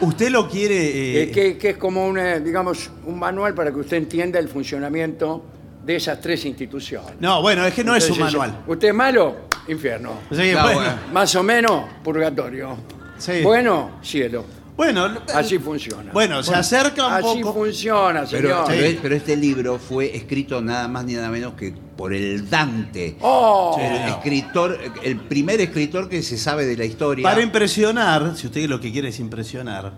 ¿Usted lo quiere? eh,
Eh, que, que es como un, eh, digamos, un manual para que usted entienda el funcionamiento de esas tres instituciones.
No, bueno, es que no es un
Entonces,
manual.
¿Usted es malo? Infierno.
Sí,
Está
bueno.
bueno.
Más o menos, purgatorio.
Sí.
Bueno, cielo.
Bueno, lo-
Así funciona.
bueno, se acerca un
Así
poco.
funciona,
pero,
señor.
pero
Sí.
es- pero este libro fue escrito nada más ni nada menos que por el Dante.
¡Oh!
El escritor, el primer escritor que se sabe de la historia.
Para impresionar, si usted lo que quiere es impresionar,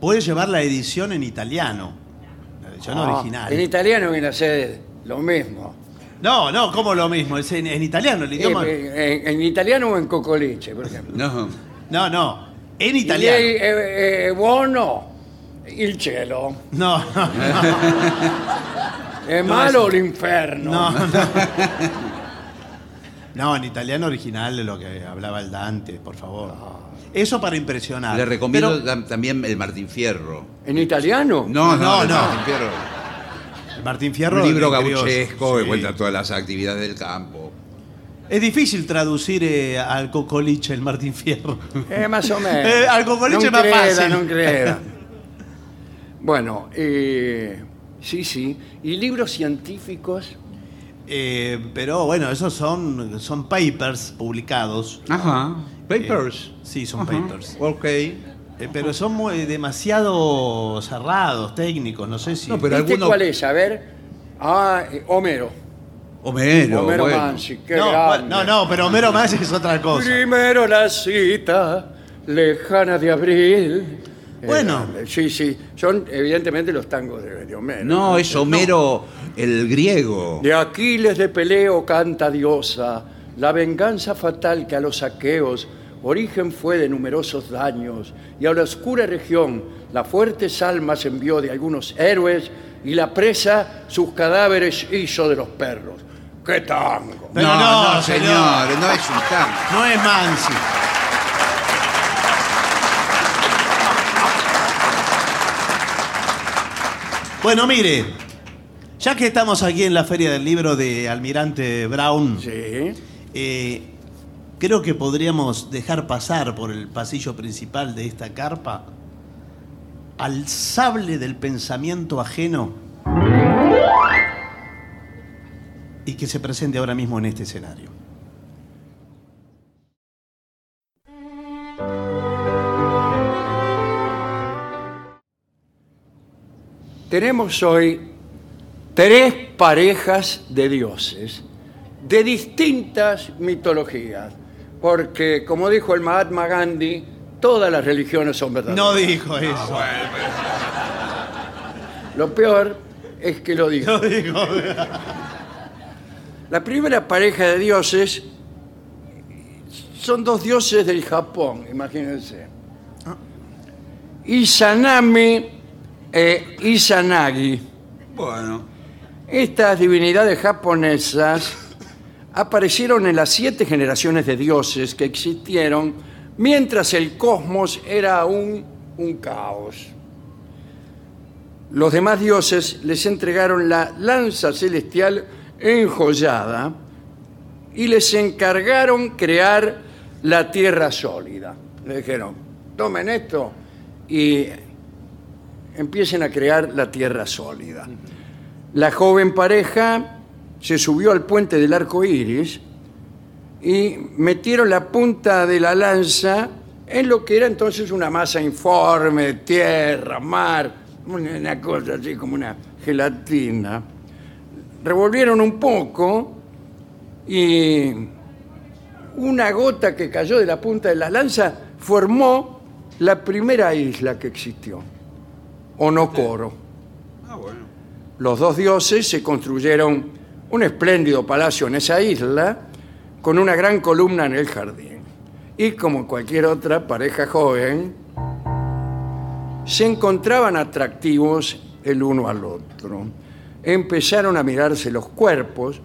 puede llevar la edición en italiano. La edición
Ah,
original.
En italiano viene a ser lo mismo.
No, no, como lo mismo, es en, en italiano, el idioma.
Eh, eh, en, en italiano o en cocoliche, por ejemplo.
No.
No, no, en italiano.
Y, eh, eh, buono, il cielo.
No,
Es
No,
malo
eso-
el inferno.
no, no. No, en italiano original de lo que hablaba el Dante, por favor. Eso para impresionar.
Le recomiendo
Ah, Pero-
tam- también el Martín Fierro.
¿En italiano?
No,
No, no, el
no.
Martín Fierro.
Martín Fierro.
un libro
de criollo.
gauchesco que
Sí.
cuenta todas las actividades del campo.
Es difícil traducir eh, al cocoliche el Martín Fierro.
Eh, más o menos.
Eh, al cocoliche
no
más
crean,
fácil.
No crean. Bueno, eh, sí, sí. ¿Y libros científicos?
Eh, pero bueno, esos son, son papers publicados.
Ajá.
Eh,
Papers.
sí, son papers.
Ok.
Eh, pero son muy- demasiado cerrados, técnicos, no sé si...
No, pero
¿Este
alguno-
cuál es? A ver. Ah, eh, Homero.
Homero.
Homero
bueno.
Mansi, qué
no,
grande.
no, no, pero Homero más es otra cosa.
Primero la cita lejana de abril. Eh,
Bueno.
sí, sí. Son evidentemente los tangos de, de Homero.
No, es Homero el griego.
De Aquiles de Peleo canta diosa, la venganza fatal que a los saqueos origen fue de numerosos daños, y a la oscura región las fuertes almas envió de algunos héroes, y la presa sus cadáveres hizo de los perros. ¡Qué tango!
Pero no, señor.
no es un tango.
No es Mansi. Bueno, mire, ya que estamos aquí en la Feria del Libro de Almirante Brown,
Sí.
eh, creo que podríamos dejar pasar por el pasillo principal de esta carpa al sable del pensamiento ajeno y que se presente ahora mismo en este escenario.
Tenemos hoy tres parejas de dioses de distintas mitologías, porque como dijo el Mahatma Gandhi, todas las religiones son verdaderas.
No
Ah,
dijo eso.
Lo peor es que lo dijo.
No dijo.
La primera pareja de dioses son dos dioses del Japón, imagínense. Izanami e Izanagi.
Bueno.
Estas divinidades japonesas aparecieron en las siete generaciones de dioses que existieron mientras el cosmos era aún un caos. Los demás dioses les entregaron la lanza celestial enjollada y les encargaron crear la tierra sólida. Le dijeron, tomen esto y empiecen a crear la tierra sólida. La joven pareja se subió al puente del arco iris y metieron la punta de la lanza en lo que era entonces una masa informe, de tierra, mar, una una cosa así como una gelatina. Revolvieron un poco y una gota que cayó de la punta de la lanza formó la primera isla que existió, Onokoro los dos dioses se construyeron un espléndido palacio en esa isla con una gran columna en el jardín. Y como cualquier otra pareja joven, se encontraban atractivos el uno al otro. Empezaron a mirarse los cuerpos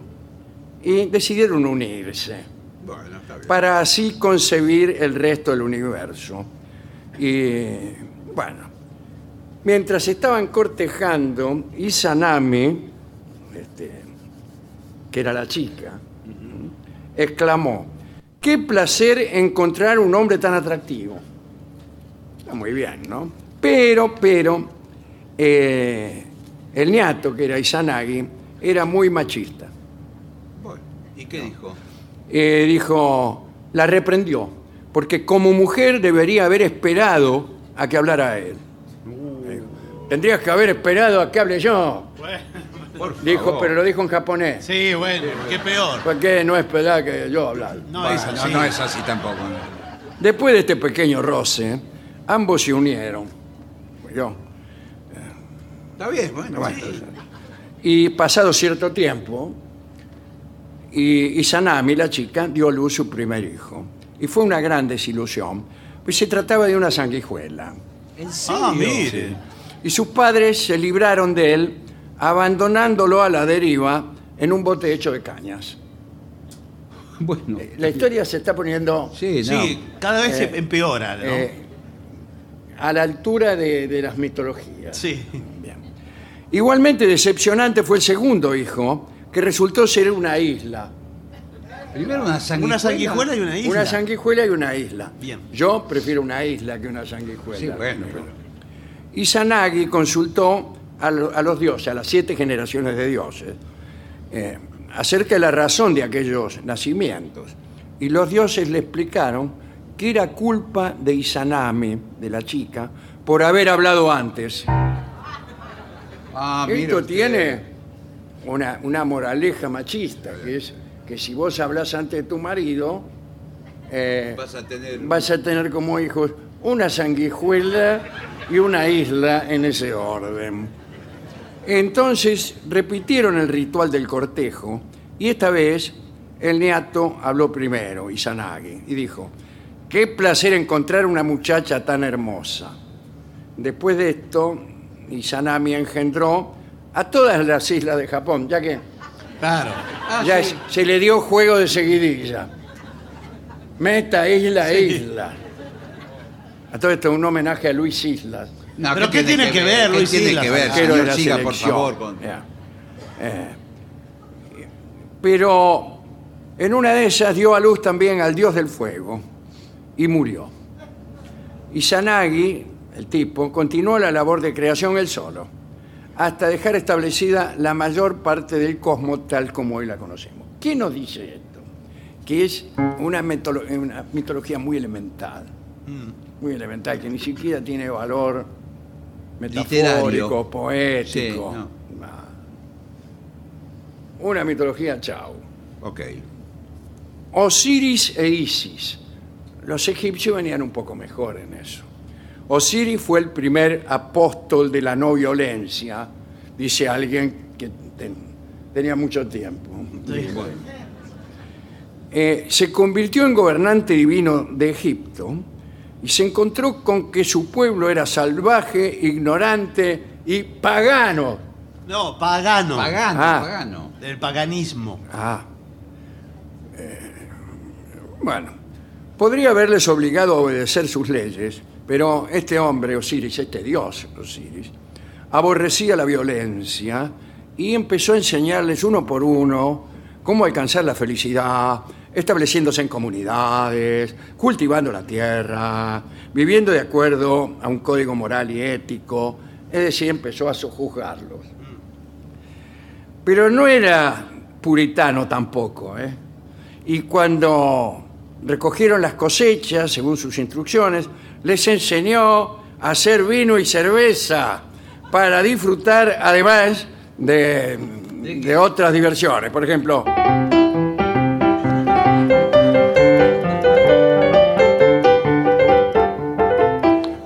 y decidieron unirse
Bueno, está bien.
para así concebir el resto del universo. Y bueno, mientras estaban cortejando, Izanami, este, que era la chica, exclamó, qué placer encontrar un hombre tan atractivo. Está muy bien, ¿no? Pero, pero, eh, el ñato, que era Izanagi, era muy machista.
Bueno, ¿Y qué dijo?
Eh, dijo, la reprendió, porque como mujer debería haber esperado a que hablara él. Dijo,
Uh.
Tendrías que haber esperado a que hable yo.
Por
Dijo,
favor.
pero lo dijo en japonés.
Sí, bueno, qué peor.
¿Por qué no esperar que yo hablara?
No,
Bueno,
es
no,
así.
no es así tampoco. ¿no?
Después de este pequeño roce, ambos se unieron. pues Yo.
Está bien, bueno.
Bueno,
sí.
Y pasado cierto tiempo, y, Sanami, la chica, dio a luz su primer hijo. Y fue una gran desilusión, pues se trataba de una sanguijuela.
¿En
Ah,
serio?
mire.
Y sus padres se libraron de él, abandonándolo a la deriva en un bote hecho de cañas.
Bueno.
La historia se está poniendo
Eh, Sí, no.
Sí, cada vez se empeora, ¿no?
eh, a la altura de, de las mitologías.
sí.
Igualmente decepcionante fue el segundo hijo, que resultó ser una isla.
Primero una sanguijuela.
Una sanguijuela y una isla.
Una sanguijuela y una isla.
Bien.
Yo prefiero una isla que una sanguijuela.
Sí, bueno, pero.
Y Sanagi consultó a, lo- a los dioses, a las siete generaciones de dioses, eh, acerca de la razón de aquellos nacimientos. Y los dioses le explicaron que era culpa de Izanami, de la chica, por haber hablado antes.
Ah, mire
Esto
usted.
tiene una, una moraleja machista, que es que si vos hablas antes de tu marido, eh,
Vas a tener.
vas a tener como hijos una sanguijuela y una isla en ese orden. Entonces repitieron el ritual del cortejo y esta vez el neato habló primero, Izanagi, y dijo, qué placer encontrar una muchacha tan hermosa. Después de esto, Izanami engendró a todas las islas de Japón, ya que
Claro.
Ah,
ya
sí.
es- se le dio juego de seguidilla. Meta, isla, isla. A todo esto un homenaje a Luis Islas.
No,
¿Pero qué tiene que ver, Luis
¿Qué tiene
Islas?
que ver,
Ah,
arquero de
señor?
la
Siga, por
selección.
favor. con-
Ya. Eh, pero en una de ellas dio a luz también al dios del fuego y murió. Y Sanagi, el tipo, continuó la labor de creación él solo, hasta dejar establecida la mayor parte del cosmos tal como hoy la conocemos. ¿Qué nos dice esto? Que es una, mitolo- una mitología muy elemental,
Mm.
muy elemental, que ni siquiera tiene valor metafórico,
Literario. Sí,
poético.
no.
No. Una mitología, chau.
Ok.
Osiris e Isis. Los egipcios venían un poco mejor en eso. Osiris fue el primer apóstol de la no violencia, dice alguien que ten- tenía mucho tiempo.
Bueno.
Eh, se convirtió en gobernante divino de Egipto y se encontró con que su pueblo era salvaje, ignorante y pagano.
No, pagano.
Pagano,
Ah.
pagano.
Del paganismo.
Ah. Eh, bueno, podría haberles obligado a obedecer sus leyes, pero este hombre, Osiris, este dios Osiris, aborrecía la violencia y empezó a enseñarles uno por uno cómo alcanzar la felicidad, estableciéndose en comunidades, cultivando la tierra, viviendo de acuerdo a un código moral y ético, es decir, empezó a sojuzgarlos. Pero no era puritano tampoco. ¿eh? Y cuando recogieron las cosechas, según sus instrucciones, les enseñó a hacer vino y cerveza para disfrutar además de, de otras diversiones. Por ejemplo,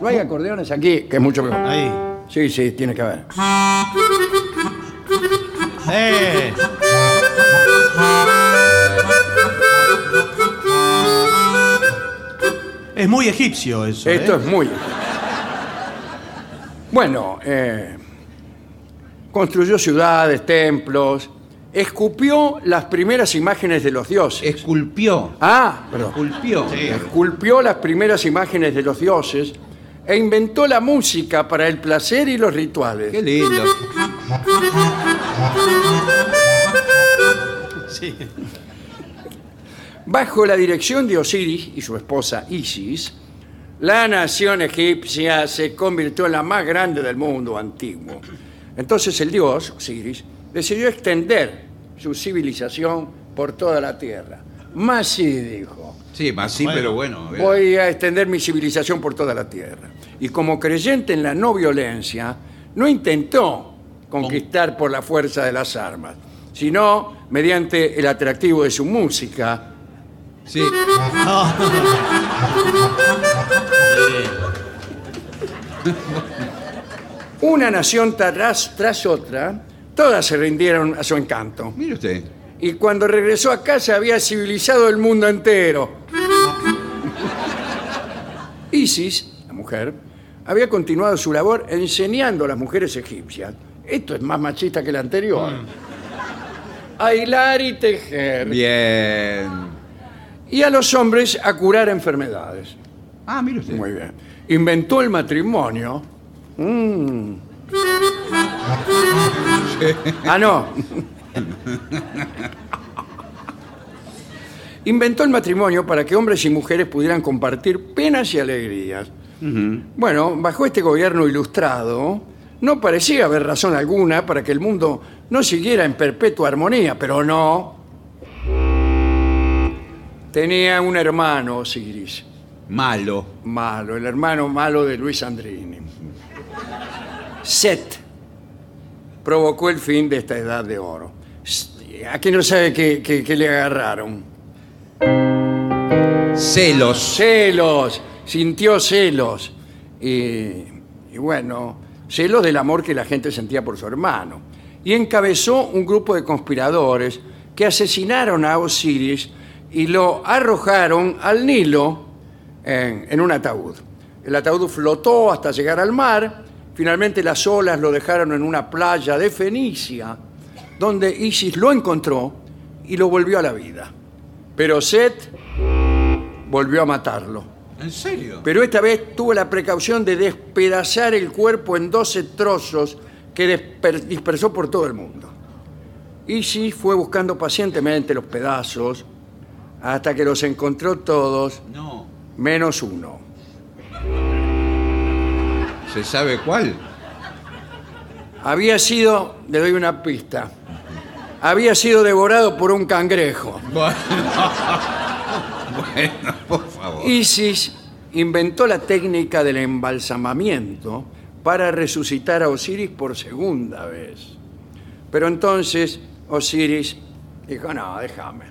no hay acordeones aquí, que es mucho mejor.
Ahí.
Sí, sí, tiene que haber.
¡Eh! Es muy egipcio eso. ¿eh?
Esto es muy. Bueno, eh, construyó ciudades, templos, escupió las primeras imágenes de los dioses.
Esculpió.
Ah, perdón.
Esculpió.
Sí.
Esculpió las primeras imágenes de los dioses e inventó la música para el placer y los rituales.
Qué lindo.
Sí.
Bajo la dirección de Osiris y su esposa Isis, la nación egipcia se convirtió en la más grande del mundo antiguo. Entonces el dios, Osiris, decidió extender su civilización por toda la tierra. Más sí dijo,
Sí, más sí,
Bueno.
pero bueno. eh. a ver.
voy a extender mi civilización por toda la tierra. Y como creyente en la no violencia, no intentó conquistar por la fuerza de las armas, sino mediante el atractivo de su música
Sí.
una nación tras, tras otra, todas se rindieron a su encanto.
Mire usted.
Y cuando regresó a casa había civilizado el mundo entero. Isis, la mujer, había continuado su labor enseñando a las mujeres egipcias, esto es más machista que el anterior, a hilar y tejer,
Bien.
y a los hombres a curar enfermedades.
Ah, mire usted.
Este, Muy bien. Inventó el matrimonio. Mm. Ah, no. Inventó el matrimonio para que hombres y mujeres pudieran compartir penas y alegrías. Bueno, bajo este gobierno ilustrado, no parecía haber razón alguna para que el mundo no siguiera en perpetua armonía, pero no. Tenía un hermano, Osiris
Malo.
malo, el hermano malo de Luis Andrini. Set provocó el fin de esta edad de oro. S- Aquí no sabe qué, qué- qué le agarraron.
Celos.
Celos, sintió celos. Y, y bueno, celos del amor que la gente sentía por su hermano. Y encabezó un grupo de conspiradores que asesinaron a Osiris y lo arrojaron al Nilo en, en un ataúd. El ataúd flotó hasta llegar al mar. Finalmente las olas lo dejaron en una playa de Fenicia, donde Isis lo encontró y lo volvió a la vida. Pero Set volvió a matarlo.
¿En serio?
Pero esta vez tuvo la precaución de despedazar el cuerpo en 12 trozos que desper- dispersó por todo el mundo. Isis fue buscando pacientemente los pedazos hasta que los encontró todos,
No.
menos uno.
¿Se sabe cuál?
Había sido, le doy una pista, había sido devorado por un cangrejo.
Bueno. bueno, por favor.
Isis inventó la técnica del embalsamamiento para resucitar a Osiris por segunda vez. Pero entonces Osiris dijo, no, déjame.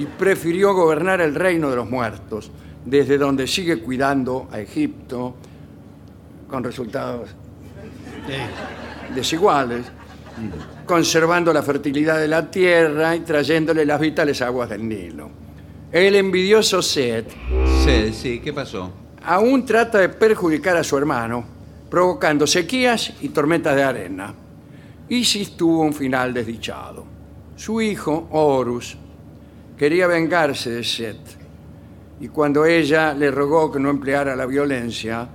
Y prefirió gobernar el reino de los muertos, desde donde sigue cuidando a Egipto, con resultados
Sí.
desiguales, conservando la fertilidad de la tierra y trayéndole las vitales aguas del Nilo. El envidioso Set
Sí, sí, ¿qué pasó?
aún trata de perjudicar a su hermano, provocando sequías y tormentas de arena. Isis tuvo un final desdichado. Su hijo, Horus, quería vengarse de Set, y cuando ella le rogó que no empleara la violencia,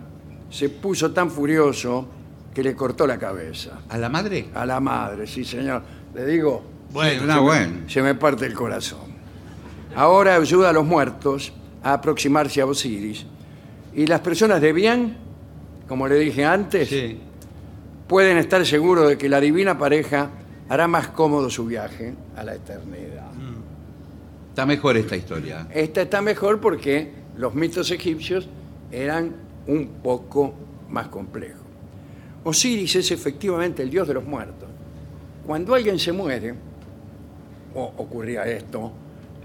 se puso tan furioso que le cortó la cabeza.
¿A la madre?
A la madre, sí señor. Le digo,
Bueno, no, bueno.
se me parte el corazón. Ahora ayuda a los muertos a aproximarse a Osiris. Y las personas de bien, como le dije antes,
Sí.
pueden estar seguros de que la divina pareja hará más cómodo su viaje a la eternidad.
Está mejor esta historia.
Esta está mejor porque los mitos egipcios eran un poco más complejos. Osiris es efectivamente el dios de los muertos. Cuando alguien se muere, o ocurría esto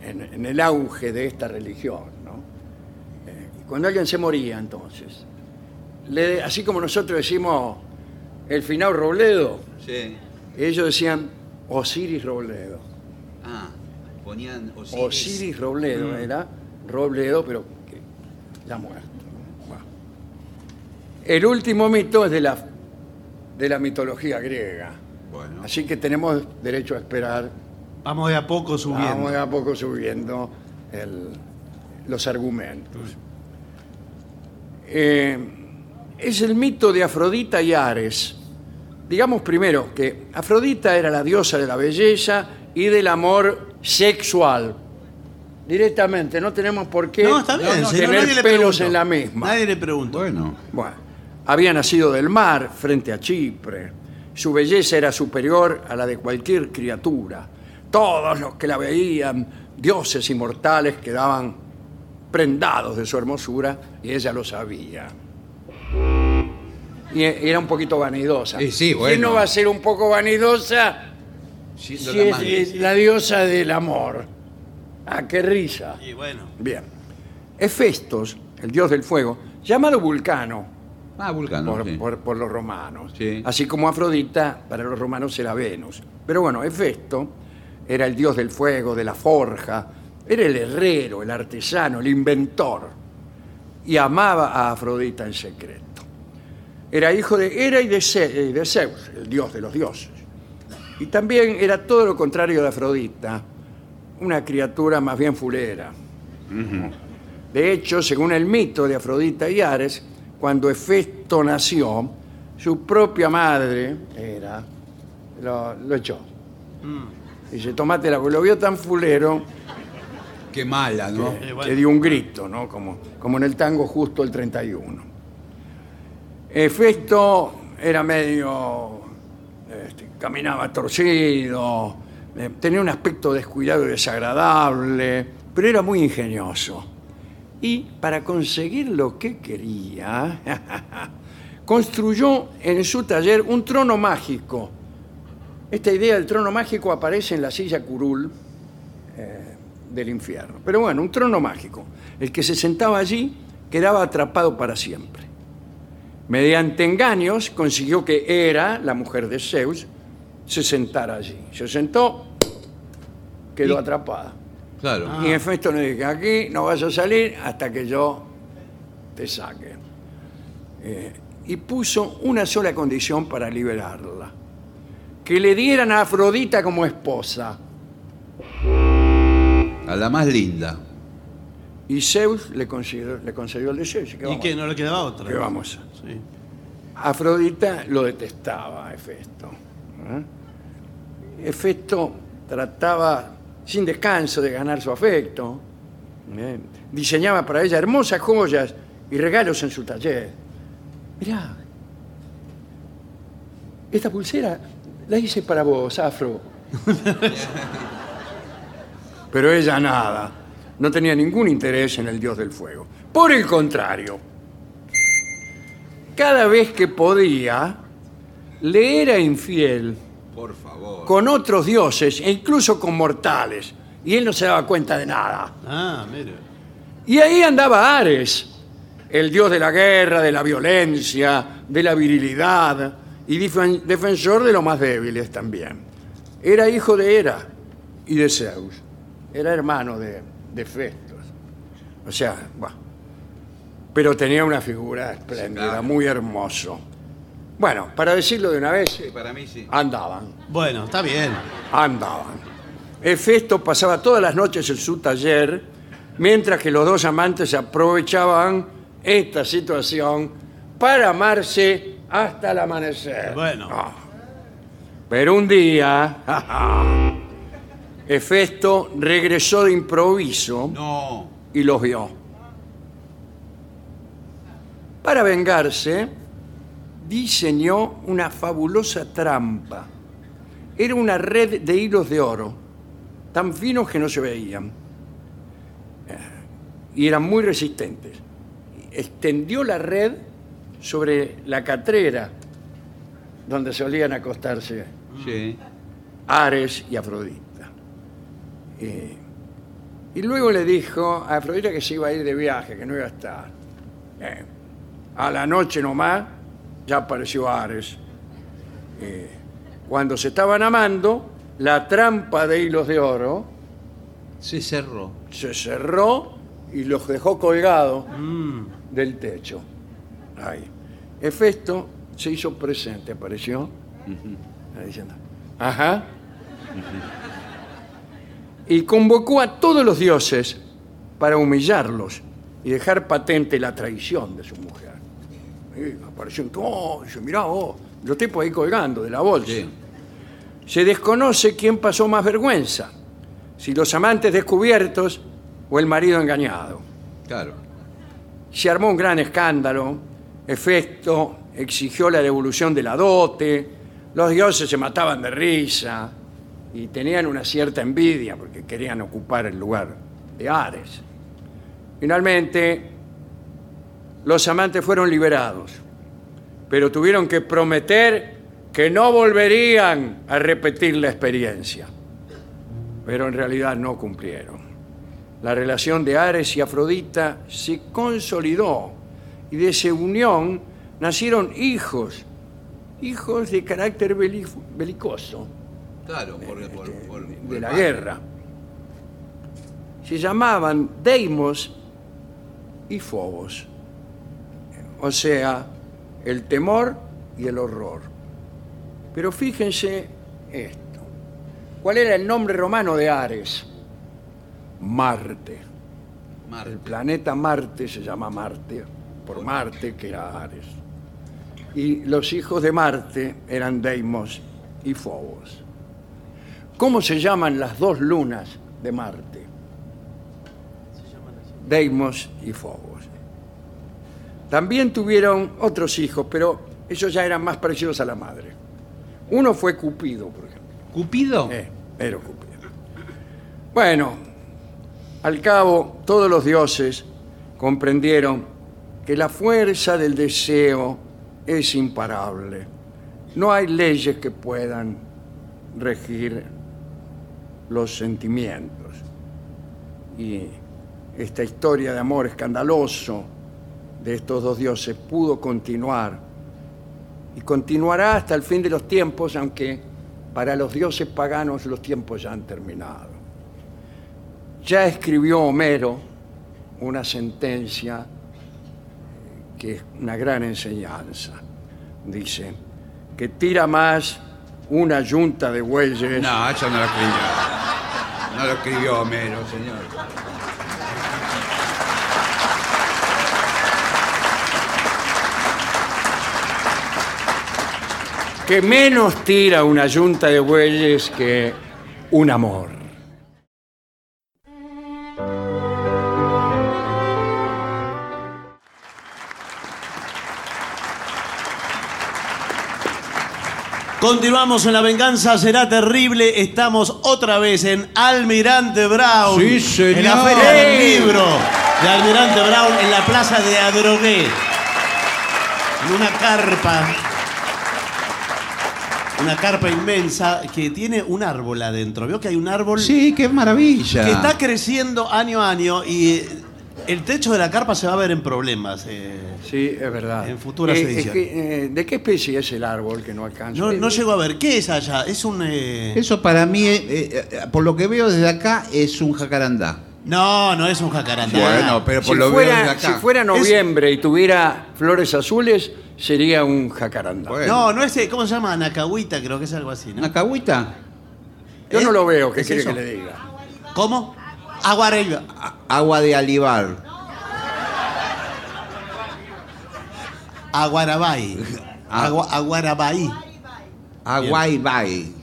en, en el auge de esta religión, ¿no? Eh, cuando alguien se moría entonces, le- así como nosotros decimos el final Robledo,
Sí.
ellos decían Osiris Robledo.
Ah, ponían Osiris.
Oh, Osiris Robledo era Robledo, pero que ya muerto. Bueno. El último mito es de la, de la mitología griega.
Bueno.
Así que tenemos derecho a esperar.
Vamos de a poco subiendo.
Vamos de a poco subiendo el- los argumentos. Eh, es el mito de Afrodita y Ares. Digamos primero que Afrodita era la diosa de la belleza y del amor sexual. Directamente, no tenemos por qué
No, está bien,
tener
señor, nadie le
pelos
preguntó.
en la misma.
Nadie le preguntó.
Bueno.
Bueno, había nacido del mar frente a Chipre. Su belleza era superior a la de cualquier criatura. Todos los que la veían, dioses inmortales, quedaban prendados de su hermosura y ella lo sabía. Y e- era un poquito vanidosa.
Y sí,
¿Quién
bueno.
no va a ser un poco vanidosa
siendo
si
la
es
madre.
eh, la diosa del amor? Ah, qué risa.
Y bueno.
Bien. Hefestos, el dios del fuego, llamado Vulcano,
Ah, Vulcano.
por,
sí.
por- por los romanos.
Sí.
Así como Afrodita, para los romanos era Venus. Pero bueno, Hefesto era el dios del fuego, de la forja, era el herrero, el artesano, el inventor. Y amaba a Afrodita en secreto. Era hijo de Hera y de, Ze- y de Zeus, el dios de los dioses. Y también era todo lo contrario de Afrodita, una criatura más bien fulera. De hecho, según el mito de Afrodita y Ares, cuando Hefesto nació, su propia madre era lo, lo echó. Dice, tomate la, lo vio tan fulero
Qué mala, ¿no?
Eh,
que
bueno.
dio un grito, ¿no? Como, como en el tango justo el 31. Hefesto Eh, era medio. este, caminaba torcido, eh, tenía un aspecto descuidado y desagradable, pero era muy ingenioso. Y para conseguir lo que quería, construyó en su taller un trono mágico. Esta idea del trono mágico aparece en la silla curul del infierno. Pero bueno, un trono mágico. El que se sentaba allí quedaba atrapado para siempre. Mediante engaños consiguió que Hera, la mujer de Zeus, se sentara allí. Se sentó, quedó atrapada.
Claro.
Y en efecto le dije, aquí no vas a salir hasta que yo te saque. Eh, y puso una sola condición para liberarla. Que le dieran a Afrodita como esposa.
A la más linda.
Y Zeus le concedió, le concedió el deseo. Dice, ¿qué
Y
vamos?
que no le quedaba otra.
¿Qué vamos?
Sí.
Afrodita lo detestaba a Hefesto. ¿eh? Hefesto trataba sin descanso de ganar su afecto. ¿eh? Diseñaba para ella hermosas joyas y regalos en su taller. Mirá, esta pulsera la hice para vos, Afro. Pero ella nada. No tenía ningún interés en el dios del fuego. Por el contrario, cada vez que podía, le era infiel
Por favor.
con otros dioses e incluso con mortales. Y él no se daba cuenta de nada.
Ah, mire.
Y ahí andaba Ares, el dios de la guerra, de la violencia, de la virilidad y difen- defensor de los más débiles también. Era hijo de Hera y de Zeus. Era hermano de, de Festos. O sea, bah. pero tenía una figura espléndida,
claro.
muy hermoso. Bueno, para decirlo de una vez,
para mí sí.
andaban
Bueno, está bien.
andaban. Hefesto pasaba todas las noches en su taller, mientras que los dos amantes aprovechaban esta situación para amarse hasta el amanecer.
Bueno.
Ah. Pero un día, Hefesto regresó de improviso
No.
y los vio. Para vengarse, diseñó una fabulosa trampa. Era una red de hilos de oro, tan finos que no se veían. Eh, Y eran muy resistentes. Extendió la red sobre la catrera donde solían acostarse
Sí.
Ares y Afrodita. Eh, y luego le dijo a Afrodita que se iba a ir de viaje, que no iba a estar. Eh, a la noche nomás ya apareció Ares. Eh, cuando se estaban amando, la trampa de hilos de oro
Se cerró.
se cerró y los dejó colgados
Mm.
del techo. Ahí. Hefesto se hizo presente, apareció Está diciendo. Ajá. Y convocó a todos los dioses para humillarlos y dejar patente la traición de su mujer. Y apareció un oh, dice, mirá vos, los tipos ahí colgando de la bolsa.
Sí.
Se desconoce quién pasó más vergüenza, si los amantes descubiertos o el marido engañado.
Claro.
Se armó un gran escándalo. Efecto exigió la devolución de la dote. Los dioses se mataban de risa y tenían una cierta envidia porque querían ocupar el lugar de Ares. Finalmente, los amantes fueron liberados, pero tuvieron que prometer que no volverían a repetir la experiencia. Pero en realidad no cumplieron. La relación de Ares y Afrodita se consolidó y de esa unión nacieron hijos, hijos de carácter beli- belicoso,
Claro, por, por- por- por-
Este, de la
ah,
guerra. Se llamaban Deimos y Fobos, o sea, el temor y el horror. Pero fíjense esto. ¿Cuál era el nombre romano de Ares? Marte.
Marte.
El planeta Marte se llama Marte, por Marte, que era Ares. Y los hijos de Marte eran Deimos y Fobos. ¿Cómo se llaman las dos lunas de Marte? Deimos y Fobos. También tuvieron otros hijos, pero ellos ya eran más parecidos a la madre. Uno fue Cupido, por ejemplo.
¿Cupido?
Eh, pero Cupido. Bueno, al cabo, todos los dioses comprendieron que la fuerza del deseo es imparable. No hay leyes que puedan regir los sentimientos. Y esta historia de amor escandaloso de estos dos dioses pudo continuar y continuará hasta el fin de los tiempos, aunque para los dioses paganos los tiempos ya han terminado. Ya escribió Homero una sentencia eh, que es una gran enseñanza. Dice, que tira más una yunta de bueyes
No, eso no lo escribió. No lo escribió Homero, señor.
que menos tira una yunta de bueyes que un amor.
Continuamos en La Venganza Será Terrible. Estamos otra vez en Almirante Brown.
Sí, señor.
En la Feria del
Sí.
Libro de Almirante Brown en la Plaza de Adrogué. En una carpa. Una carpa inmensa que tiene un árbol adentro. ¿Vio que hay un árbol
Sí, qué maravilla.
que está creciendo año a año y eh, el techo de la carpa se va a ver en problemas? eh.
Sí, es verdad.
En futuras
Eh, es
ediciones.
que, eh, ¿De qué especie es el árbol que no alcanza?
No, no llego a ver. ¿Qué es allá? Es un. eh,
Eso para mí, eh, eh, eh, por lo que veo desde acá, es un jacarandá.
No, no es un jacarandá.
Bueno, pero por
si,
lo veo desde
fuera,
acá.
si fuera noviembre y tuviera flores azules, sería un jacarandá.
Bueno.
No, no es. eh, ¿Cómo se llama? Anacahuita, creo que es algo así, ¿no?
¿Una cagüita?
Yo
¿Eh?
no lo veo, ¿qué
¿Es
quiere
eso?
que le diga?
¿Cómo? Aguarelva.
A- Agua de alibar.
Aguarabay.
Ah.
Agua- Aguarabay.
Aguaybay.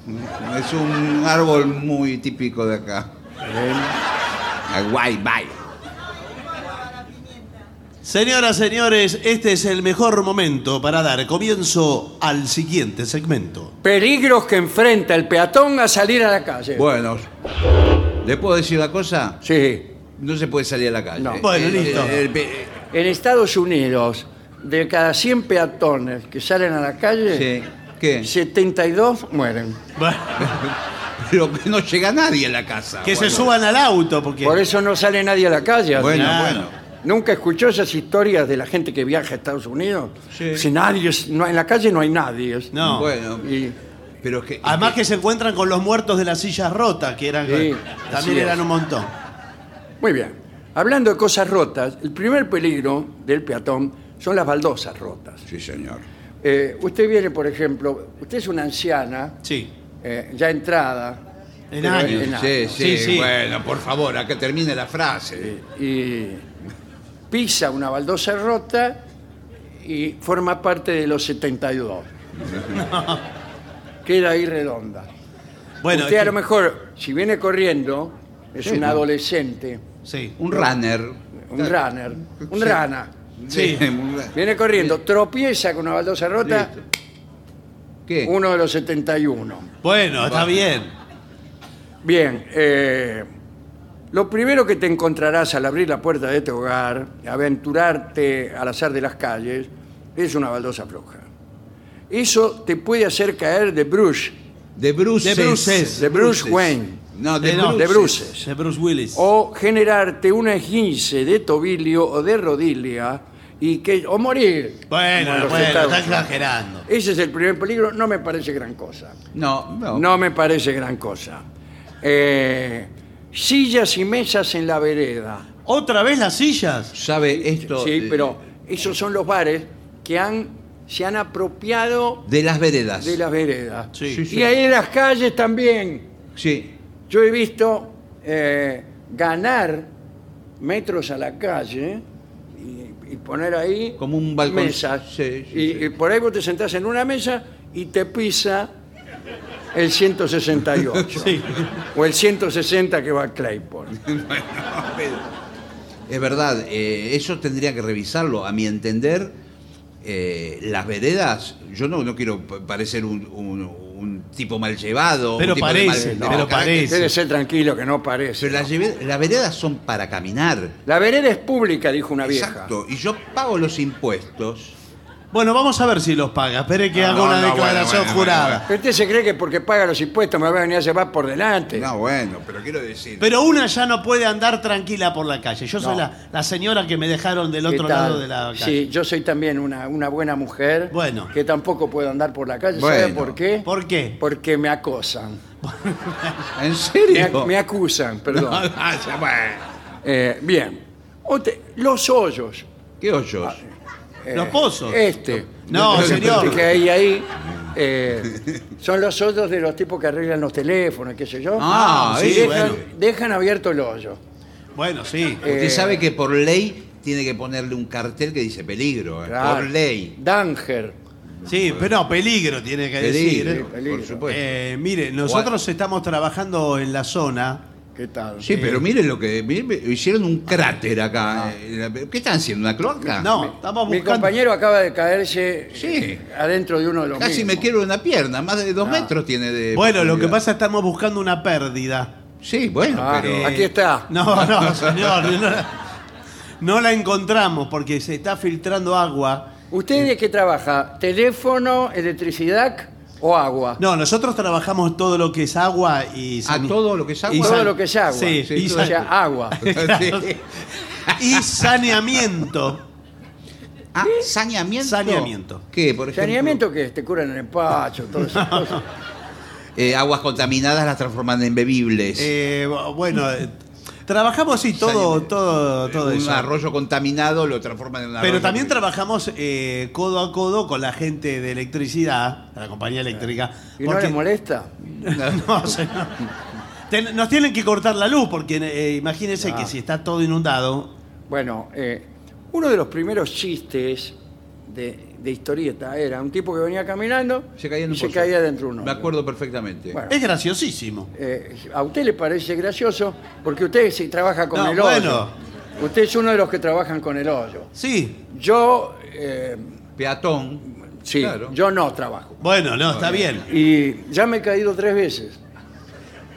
Es un árbol muy típico de acá. Aguaybay.
Señoras, señores, este es el mejor momento para dar comienzo al siguiente segmento.
Peligros que enfrenta el peatón a salir a la calle.
Bueno, ¿le puedo decir una cosa?
Sí.
No se puede salir a la calle.
No.
Bueno,
Eh,
listo.
eh, el pe-
En Estados Unidos, de cada 100 peatones que salen a la calle,
sí. ¿Qué?
72 mueren.
Bueno,
Pero que no llega nadie a la casa.
que se
Bueno.
suban al auto, porque.
Por eso no sale nadie a la calle.
Bueno,
Claro.
bueno.
¿Nunca escuchó esas historias de la gente que viaja a Estados Unidos?
Sí.
Si nadie, no, en la calle no hay nadie.
No.
Bueno,
Y
pero es que.
Además que se encuentran con los muertos de las sillas rotas, que eran.
Sí,
eh,
así
también
es.
eran un montón.
Muy bien. Hablando de cosas rotas, el primer peligro del peatón son las baldosas rotas.
Sí, señor.
eh, usted viene, por ejemplo, usted es una anciana,
Sí.
eh, ya entrada,
En
Pero
años.
en-
Sí, sí,
Sí, sí.
bueno, por favor, acá termine la frase.
y pisa una baldosa rota y forma parte de los 72. Queda ahí redonda.
Bueno,
usted
este, es
a lo
que-
mejor, si viene corriendo, es
Sí,
un
¿no?
adolescente,
Sí.
Un runner.
un runner, un rana.
Sí.
un ra-
Viene corriendo, tropieza con una baldosa rota,
Listo. ¿Qué?
uno de los 71.
Bueno, está
Bueno.
bien.
Bien, eh, lo primero que te encontrarás al abrir la puerta de este hogar, aventurarte al azar de las calles, es una baldosa floja. Eso te puede hacer caer de bruce
De Bruce.
De bruces.
De Bruce Wayne.
No, de,
Eh, no,
Bruce.
de Oh, bruces.
De Bruce Willis.
o generarte una esguince de tobillo o de rodilla y que, o morir. Como
Bueno,
los
bueno,
Estados
está
Unidos.
exagerando.
Ese es el primer peligro, no me parece gran cosa.
No, no.
No me parece gran cosa. Eh, sillas y mesas en la vereda.
¿Otra vez las sillas?
¿Sabe esto?
Sí,
eh,
pero esos son los bares que han, se han apropiado
De las veredas.
de las veredas.
Sí.
Sí, sí.
Y ahí en las calles también.
Sí.
Yo he visto eh, ganar metros a la calle y, y poner ahí
Como un balcón.
mesas.
Sí, sí,
y,
sí.
y por ahí vos te sentás en una mesa y te pisa el 168
Sí.
o el 160 que va a Claypole.
Es verdad, eh, eso tendría que revisarlo. A mi entender, eh, las veredas, yo no, no quiero p- parecer un, un- un tipo mal llevado.
Pero
un tipo de
parece,
mal-
No,
pero parece.
Debe ser tranquilo que no parece.
Pero las, lleve- las veredas son para caminar.
La vereda es pública, dijo una vieja.
Exacto. Y yo pago los impuestos.
Bueno, vamos a ver si los paga. Espere que
No,
haga una
no, bueno,
declaración
bueno,
jurada.
bueno,
Pero usted se cree que porque paga los impuestos me va a venir a llevar por delante.
No, bueno, pero quiero decir.
Pero una ya no puede andar tranquila por la calle. Yo soy
No.
la, la señora que me dejaron del
¿Qué
otro
tal?
lado de la calle.
Sí, yo soy también una, una buena mujer.
Bueno.
Que tampoco puedo andar por la calle. ¿Sabe
Bueno.
por qué?
¿Por qué?
Porque me acosan.
¿En
Me,
serio?
ac- me acusan, perdón.
Ah, ya, bueno.
Eh, bien. Ote- los hoyos.
¿Qué hoyos?
eh,
Los pozos.
Este.
No, señor.
Que hay ahí. eh, son los hoyos de los tipos que arreglan los teléfonos, qué sé yo.
Ah,
Y
sí,
dejan,
bueno.
dejan abierto el hoyo.
Bueno, sí.
Eh,
Usted sabe que por ley tiene que ponerle un cartel que dice peligro. eh,
Claro.
Por ley.
Danger.
Sí, pero no, peligro tiene que
Peligro, pues.
decir. ¿eh?
peligro.
por supuesto.
Eh, mire, nosotros estamos trabajando en la zona.
¿Qué tal?
eh.
Sí, pero miren lo que. miren, hicieron un cráter acá. eh, ¿Qué están haciendo? ¿Una cloaca?
Ah. No, estamos
Mi
buscando.
compañero acaba de caerse
Sí.
eh, adentro de uno de los
Casi me
mismos.
quiero una pierna. Más de dos
Ah.
metros tiene de.
Bueno, lo que
profundidad.
pasa es que estamos buscando una pérdida.
Sí, bueno,
Ah,
pero.
Aquí está.
Eh, No, no, señor. No, la- no la encontramos porque se está filtrando agua.
¿Usted de qué trabaja? ¿Teléfono, electricidad o agua?
No, nosotros trabajamos todo lo que es agua y
A
sani-
Ah, todo lo que es agua.
Todo
san-
lo que es agua.
Sí,
Sí,
y
todo
o
san-
sea, agua.
y
Sí.
saneamiento.
Ah, saneamiento.
Saneamiento.
¿Qué? Por ejemplo,
¿Saneamiento qué es? Te curan el empacho, todas esas cosas.
eh, aguas contaminadas las transforman en bebibles.
Eh, bueno, eh, trabajamos sí todo,
Saneamiento.
todo, todo
un
eso.
arroyo contaminado lo transforman en un arroyo.
Pero también trabajamos eh, codo a codo con la gente de electricidad, la compañía eléctrica.
¿Y no
porque-
le molesta?
No, señor. Ten- nos tienen que cortar la luz porque eh, imagínense
Ah.
que si está todo inundado.
Bueno, eh, uno de los primeros chistes de, de historieta era un tipo que venía caminando
Se caía en
y
un
se
pozo.
caía dentro de un
Me
hoyo.
acuerdo perfectamente.
Bueno.
Es graciosísimo.
Eh, a usted le parece gracioso porque usted sí trabaja con
No,
el hoyo.
bueno.
Usted es uno de los que trabajan con el hoyo.
Sí.
Yo, eh,
Peatón.
sí,
Claro.
yo no trabajo.
Bueno, no, está bien.
Y ya me he caído tres veces.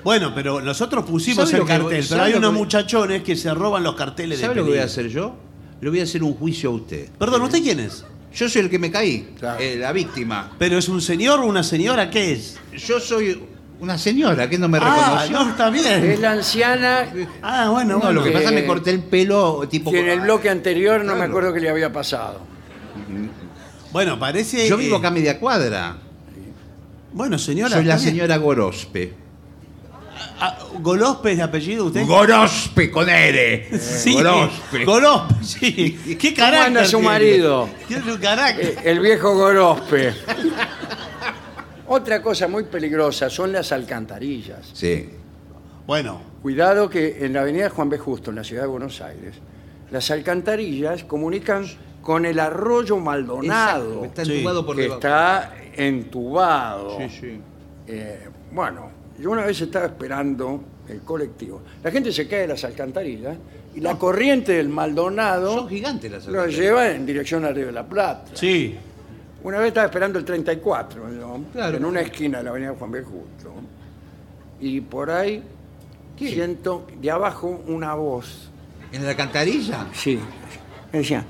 Bueno, pero nosotros pusimos el
¿Sabe lo que voy-
cartel, pero
sabe
hay
lo
unos
que voy-
muchachones que se roban los carteles de
¿Sabe lo que voy a
pedido.
hacer yo? Le voy a hacer un juicio a usted.
Perdón, ¿usted quién es?
Yo soy el que me caí,
Claro.
eh, la víctima.
¿Pero es un señor o una señora? ¿Qué es?
Yo soy una señora que no me
Ah,
reconoce.
no, está
Es
bien.
la anciana
Ah, bueno,
No,
bueno.
lo que pasa es que
Eh,
me corté el pelo tipo.
que en el bloque anterior no me
Claro.
acuerdo que le había pasado.
Bueno, parece...
Yo vivo acá a
eh,
media cuadra.
Bueno, señora.
Soy la
está bien.
señora Gorospe.
ah, Golospe es de apellido usted.
Gorospe con R.
sí,
Gorospe.
Golospe, sí. ¿Qué carácter?
anda su
tiene?
marido?
Tiene un carácter.
Eh, El viejo Gorospe. Otra cosa muy peligrosa son las alcantarillas.
Sí.
Bueno,
Cuidado que en la avenida Juan B. Justo, en la ciudad de Buenos Aires, las alcantarillas comunican con el arroyo Maldonado,
Exacto, Está
Sí.
entubado por
que
debajo.
está entubado.
Sí, sí.
Eh, bueno, yo una vez estaba esperando el colectivo. La gente se cae de las alcantarillas y la corriente del Maldonado
Son gigantes las
lo
alcantarillas.
lleva en dirección a Río de la Plata.
sí.
Una vez estaba esperando el 34, yo,
Claro.
en una esquina de la avenida Juan B. Justo. Y por ahí siento de abajo una voz.
¿En la alcantarilla?
Sí. Decía,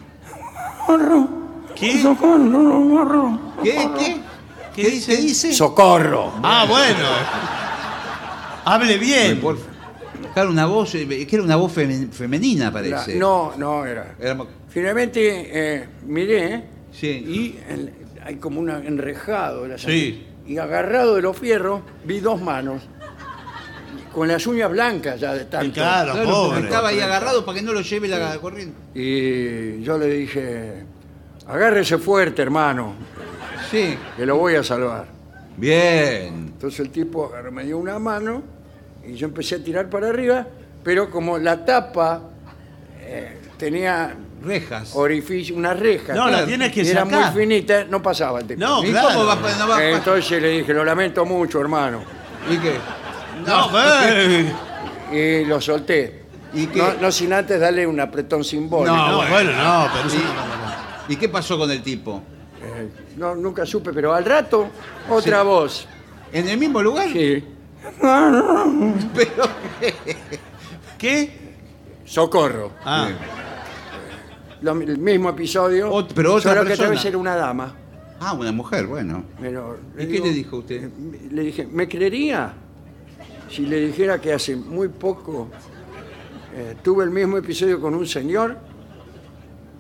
¿Qué?
¿Qué? ¿Qué?
¿Qué dice?
¡socorro!
Ah, bueno. Hable bien.
Por favor. Claro, una voz, eh, que era una voz femen- femenina,
Era-
parece.
no, no era.
Era mo-
Finalmente eh, miré
Sí.
y en- hay como un enrejado. de la
Sí.
Y agarrado de los fierros vi dos manos con las uñas blancas ya de tanto.
Claro,
Claro,
pobre.
estaba ahí agarrado para que no lo lleve la corriente.
Y yo le dije, agárrese fuerte, hermano,
Sí.
que lo voy a salvar.
Bien.
Entonces el tipo agarró- me dio una mano y yo empecé a tirar para arriba, pero como la tapa eh, tenía
Rejas.
orificio, una reja,
No, la tienes que
era
sacar.
muy finita, no pasaba el tipo.
No,
¿Y
claro.
cómo va pa- no va pa-
Entonces le dije, lo lamento mucho, hermano.
¿Y qué?
No, eh.
Y lo solté.
¿Y qué?
no, no sin antes darle un apretón simbólico.
No,
bueno.
bueno, no, pero eso
Sí.
no pasa nada.
¿Y qué pasó con el tipo?
Eh, no, nunca supe, pero al rato, otra voz.
¿En el mismo lugar?
Sí.
Pero.
¿Qué?
Socorro.
Ah,
Lo- el mismo episodio.
Ot- pero otra
solo que
persona.
debe ser una dama.
Ah, una mujer, bueno.
Pero
¿Y qué le dijo usted?
Le dije, ¿me creería? Si le dijera que hace muy poco eh, tuve el mismo episodio con un señor.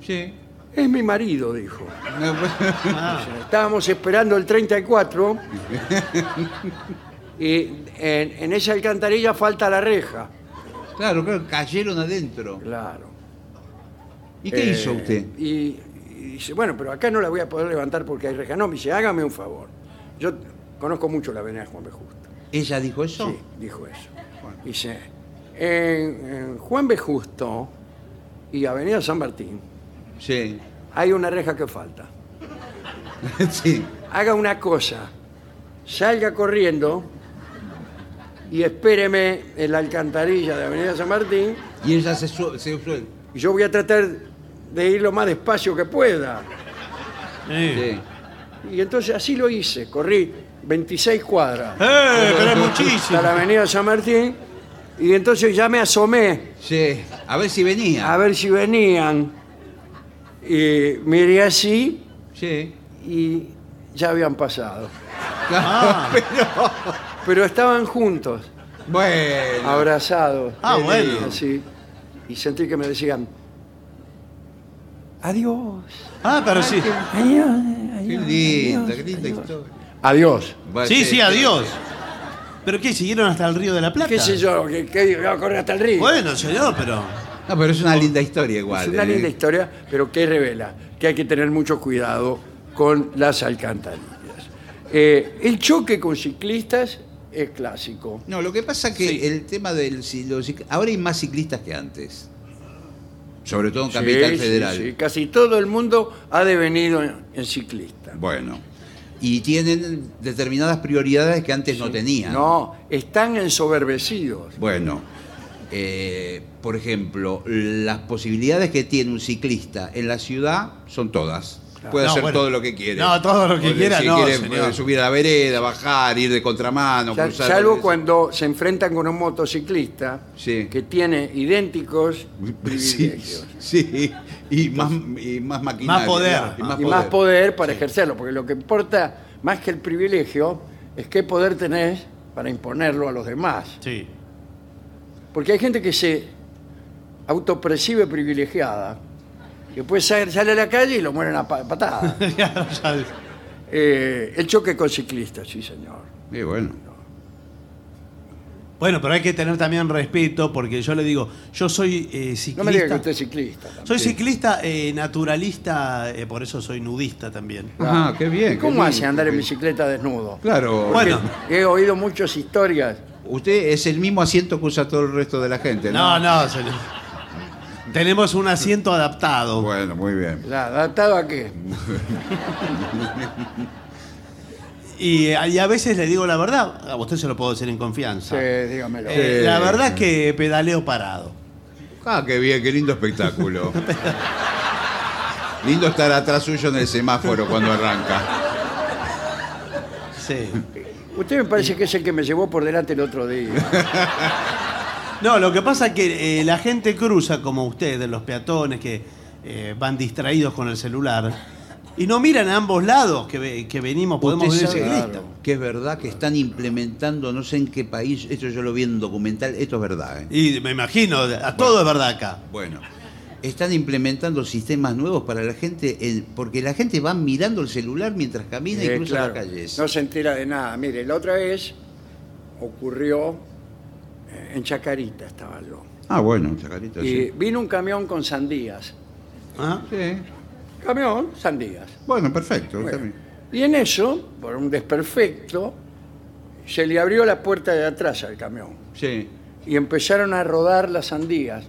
Sí.
Es mi marido, dijo.
No, bueno.
ah.
Estábamos esperando el 34 y en, en esa alcantarilla falta la reja.
Claro, claro, cayeron adentro.
Claro.
¿Y qué
Eh,
hizo usted?
Y, y dice, bueno, pero acá no la voy a poder levantar porque hay reja. No, me dice, hágame un favor. Yo conozco mucho la avenida Juan B. Justo.
¿Ella dijo eso?
Sí, dijo eso. Dice, en, en Juan B. Justo y Avenida San Martín
Sí.
hay una reja que falta.
Sí.
Haga una cosa, salga corriendo y espéreme en la alcantarilla de Avenida San Martín
Y ella se suelta. Se sue-
y yo voy a tratar de ir lo más despacio que pueda.
Sí.
Sí.
Y entonces así lo hice, corrí 26 cuadras
Eh, pero es
hasta la
muchísimo.
avenida San Martín y entonces ya me asomé
Sí. A ver si venía.
a ver si venían. Y miré así
Sí.
y ya habían pasado.
Ah,
Pero estaban juntos,
Bueno.
abrazados.
Ah, bueno.
Así, y sentí que me decían, adiós.
ah, pero sí.
Adiós,
Qué
adiós,
linda,
adiós,
qué linda
adiós".
historia.
Adiós.
Bueno,
Sí, sí, adiós. ¿Pero qué? ¿Siguieron hasta el Río de la Plata?
¿Qué sé yo? ¿Qué, qué iba a correr hasta el río?
Bueno, señor, pero.
No, pero es una linda historia igual.
Es una
¿eh?
linda historia, pero que revela que hay que tener mucho cuidado con las alcantarillas. Eh, el choque con ciclistas es clásico.
No, lo que pasa que
Sí.
el tema del si- los cic- ahora hay más ciclistas que antes. Sobre todo en
Sí,
Capital
sí,
Federal.
sí, Casi todo el mundo ha devenido en, en ciclista.
Bueno. Y tienen determinadas prioridades que antes no tenían.
No, están ensoberbecidos.
Bueno, eh, por ejemplo, las posibilidades que tiene un ciclista en la ciudad son todas. Puede
No,
hacer
bueno.
todo lo que quiere.
No, todo lo que
Puede-
quiera,
si
no,
quiere,
señor.
puede subir a la vereda, bajar, ir de contramano,
Sal-
cruzar.
Salvo cuando se enfrentan con un motociclista
Sí.
que tiene idénticos
Sí,
privilegios.
sí. Y más, y más maquinaria.
Más poder.
Y
y
más
más
poder.
poder para ejercerlo, porque lo que importa más que el privilegio es qué poder tenés para imponerlo a los demás.
Sí.
Porque hay gente que se autopercibe privilegiada, que después sale sale a la calle y lo mueren a pa- patadas.
Claro, ya-
Eh, el choque con ciclistas, sí señor.
Y bueno.
Bueno, pero hay que tener también respeto porque yo le digo, yo soy eh,
No me diga que
ciclista.
usted es ciclista. también.
soy ciclista eh, naturalista, eh, por eso soy nudista también.
Ah, qué bien.
¿Y
qué
¿Cómo
lindo.
hace andar en bicicleta desnudo?
Claro.
Bueno.
He oído muchas historias.
Usted es el mismo asiento que usa todo el resto de la gente,
No,
¿no?
no, señor. tenemos un asiento adaptado.
Bueno, muy bien.
¿La adaptado a qué?
Y, eh, y a veces le digo la verdad, a usted se lo puedo decir en
Sí,
confianza.
dígamelo.
Eh,
Sí.
La verdad es que pedaleo parado.
Ah, qué bien, qué lindo espectáculo. lindo estar atrás suyo en el semáforo cuando arranca.
Sí.
Usted me parece que es el que me llevó por delante el otro día.
No, lo que pasa es que eh, la gente cruza como ustedes, los peatones que eh, van distraídos con el celular y no miran a ambos lados que, ve- que venimos, podemos
Usted
venir
sabe
ciclistas.
que es verdad que están implementando, no sé en qué país, esto yo lo vi en un documental, esto es verdad. ¿eh?
Y me imagino, a todo es verdad acá.
Bueno, están implementando sistemas nuevos para la gente, eh, porque la gente va mirando el celular mientras camina
Eh,
y cruza
claro,
las calles.
No se entera de nada. Mire, la otra vez ocurrió eh, en Chacarita, estaba yo.
Ah, bueno, chacarita,
Y vino un camión con sandías.
¿Ah?
Sí.
Camión, sandías.
Bueno, perfecto. está
Bueno,
bien.
Y en eso, por un desperfecto, se le abrió la puerta de atrás al camión
Sí.
y empezaron a rodar las sandías.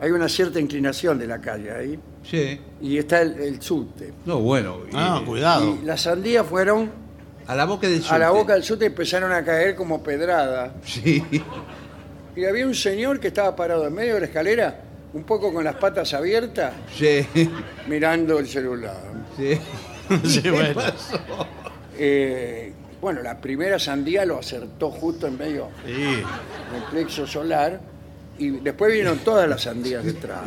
Hay una cierta inclinación de la calle ahí
Sí.
y está el, el subte.
No, bueno.
Ah,
eh,
cuidado.
Y las sandías fueron
A la boca del
a la
subte.
boca del subte y empezaron a caer como pedrada.
Sí.
Y había un señor que estaba parado en medio de la escalera, un poco con las patas abiertas,
Sí.
mirando el celular.
Sí.
Sí, bueno.
Eh, bueno, la primera sandía lo acertó justo en medio
Sí.
el plexo solar y después vinieron todas las sandías detrás.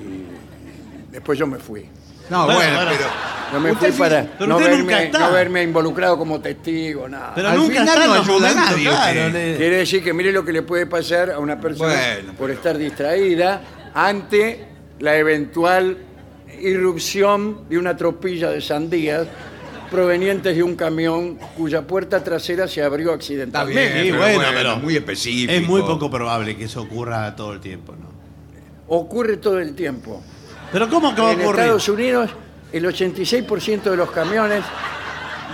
Y después yo me fui.
No,
Bueno,
bueno,
bueno.
pero.
Yo me
Usted
fui
sí-
para
pero
no
usted nunca
verme,
está.
no verme involucrado como testigo, nada.
Pero
Al
nunca
final
está
no
en
ayuda a
ayudante,
nadie,
claro,
usted.
le-
Quiere decir que mire lo que le puede pasar a una persona
Bueno,
por estar distraída ante la eventual irrupción de una tropilla de sandías provenientes de un camión cuya puerta trasera se abrió
Está
accidentalmente.
bien,
Sí,
pero
bueno,
bueno,
pero-
muy específico.
Es muy poco probable que eso ocurra todo el tiempo, ¿no?
Ocurre todo el tiempo.
Pero ¿cómo que va a
En
ocurrir?
Estados Unidos, el 86% de los camiones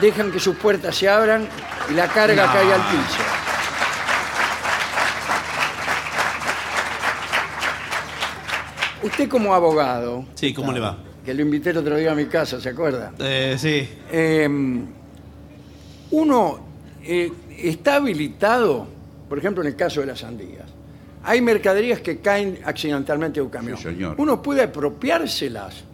dejan que sus puertas se abran y la carga
No.
cae al piso. Usted como abogado,
Sí, ¿cómo le va?
que lo invité el otro día a mi casa, ¿se acuerda?
Eh, sí.
Eh, uno eh, está habilitado, por ejemplo, en el caso de las sandías. Hay mercaderías que caen accidentalmente de un camión.
Sí, señor.
Uno puede apropiárselas.